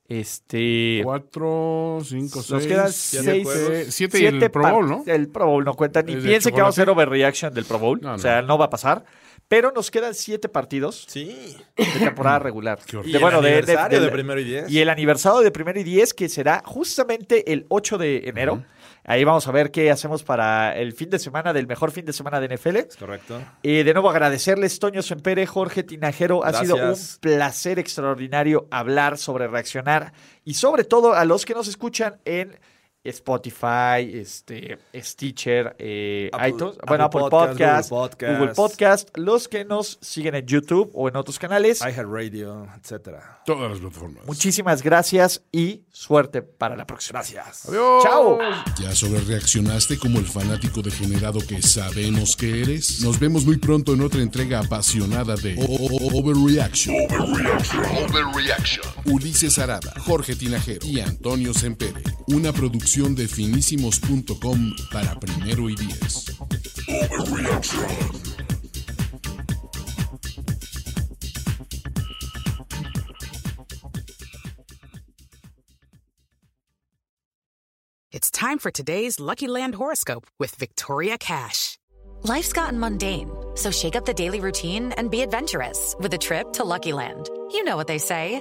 Este.
Cuatro, cinco, seis.
Nos quedan
siete,
seis, eh,
siete, siete y
siete
el Pro Bowl,
par-
¿no?
El Pro Bowl no cuenta. Ni
Es de
piense que vamos a hacer
chocolate.
overreaction del Pro Bowl.
No,
O
no.
sea, no va a pasar. Pero nos quedan siete partidos
Sí.
de
(clears throat)
temporada regular.
horror.
Y
De-
el
de- de-
aniversario de,
del-
primero y diez.
Y el aniversario de primero y diez, que será justamente el 8 de enero. Ahí vamos a ver qué hacemos para el fin de semana del mejor fin de semana de NFL.
Es correcto.
Eh, de nuevo agradecerles, Toño Sempere, Jorge Tinajero. Ha sido un
Gracias.
placer extraordinario hablar sobre reaccionar y sobre todo a los que nos escuchan en Spotify, este, Stitcher, eh,
Apple-
iTunes,
Apple
bueno, Apple
Podcast,
Podcast,
Google Podcast.
Google Podcast, los que nos siguen en YouTube o en otros canales.
iHeartRadio, etcétera.
Todas las plataformas.
Muchísimas gracias y suerte para la próxima.
Gracias.
Chao.
¿Ya sobre reaccionaste como el fanático degenerado que sabemos que eres? Nos vemos muy pronto en otra entrega apasionada de O- O- O- Overreaction. Ulises Arada, Jorge Tinajero y Antonio Sempere. Una producción de finísimos.com para primero y diez.
It's time for today's Lucky Land horoscope with Victoria Cash.
Life's gotten mundane, so shake up the daily routine and be adventurous with a trip to Lucky Land. You know what they say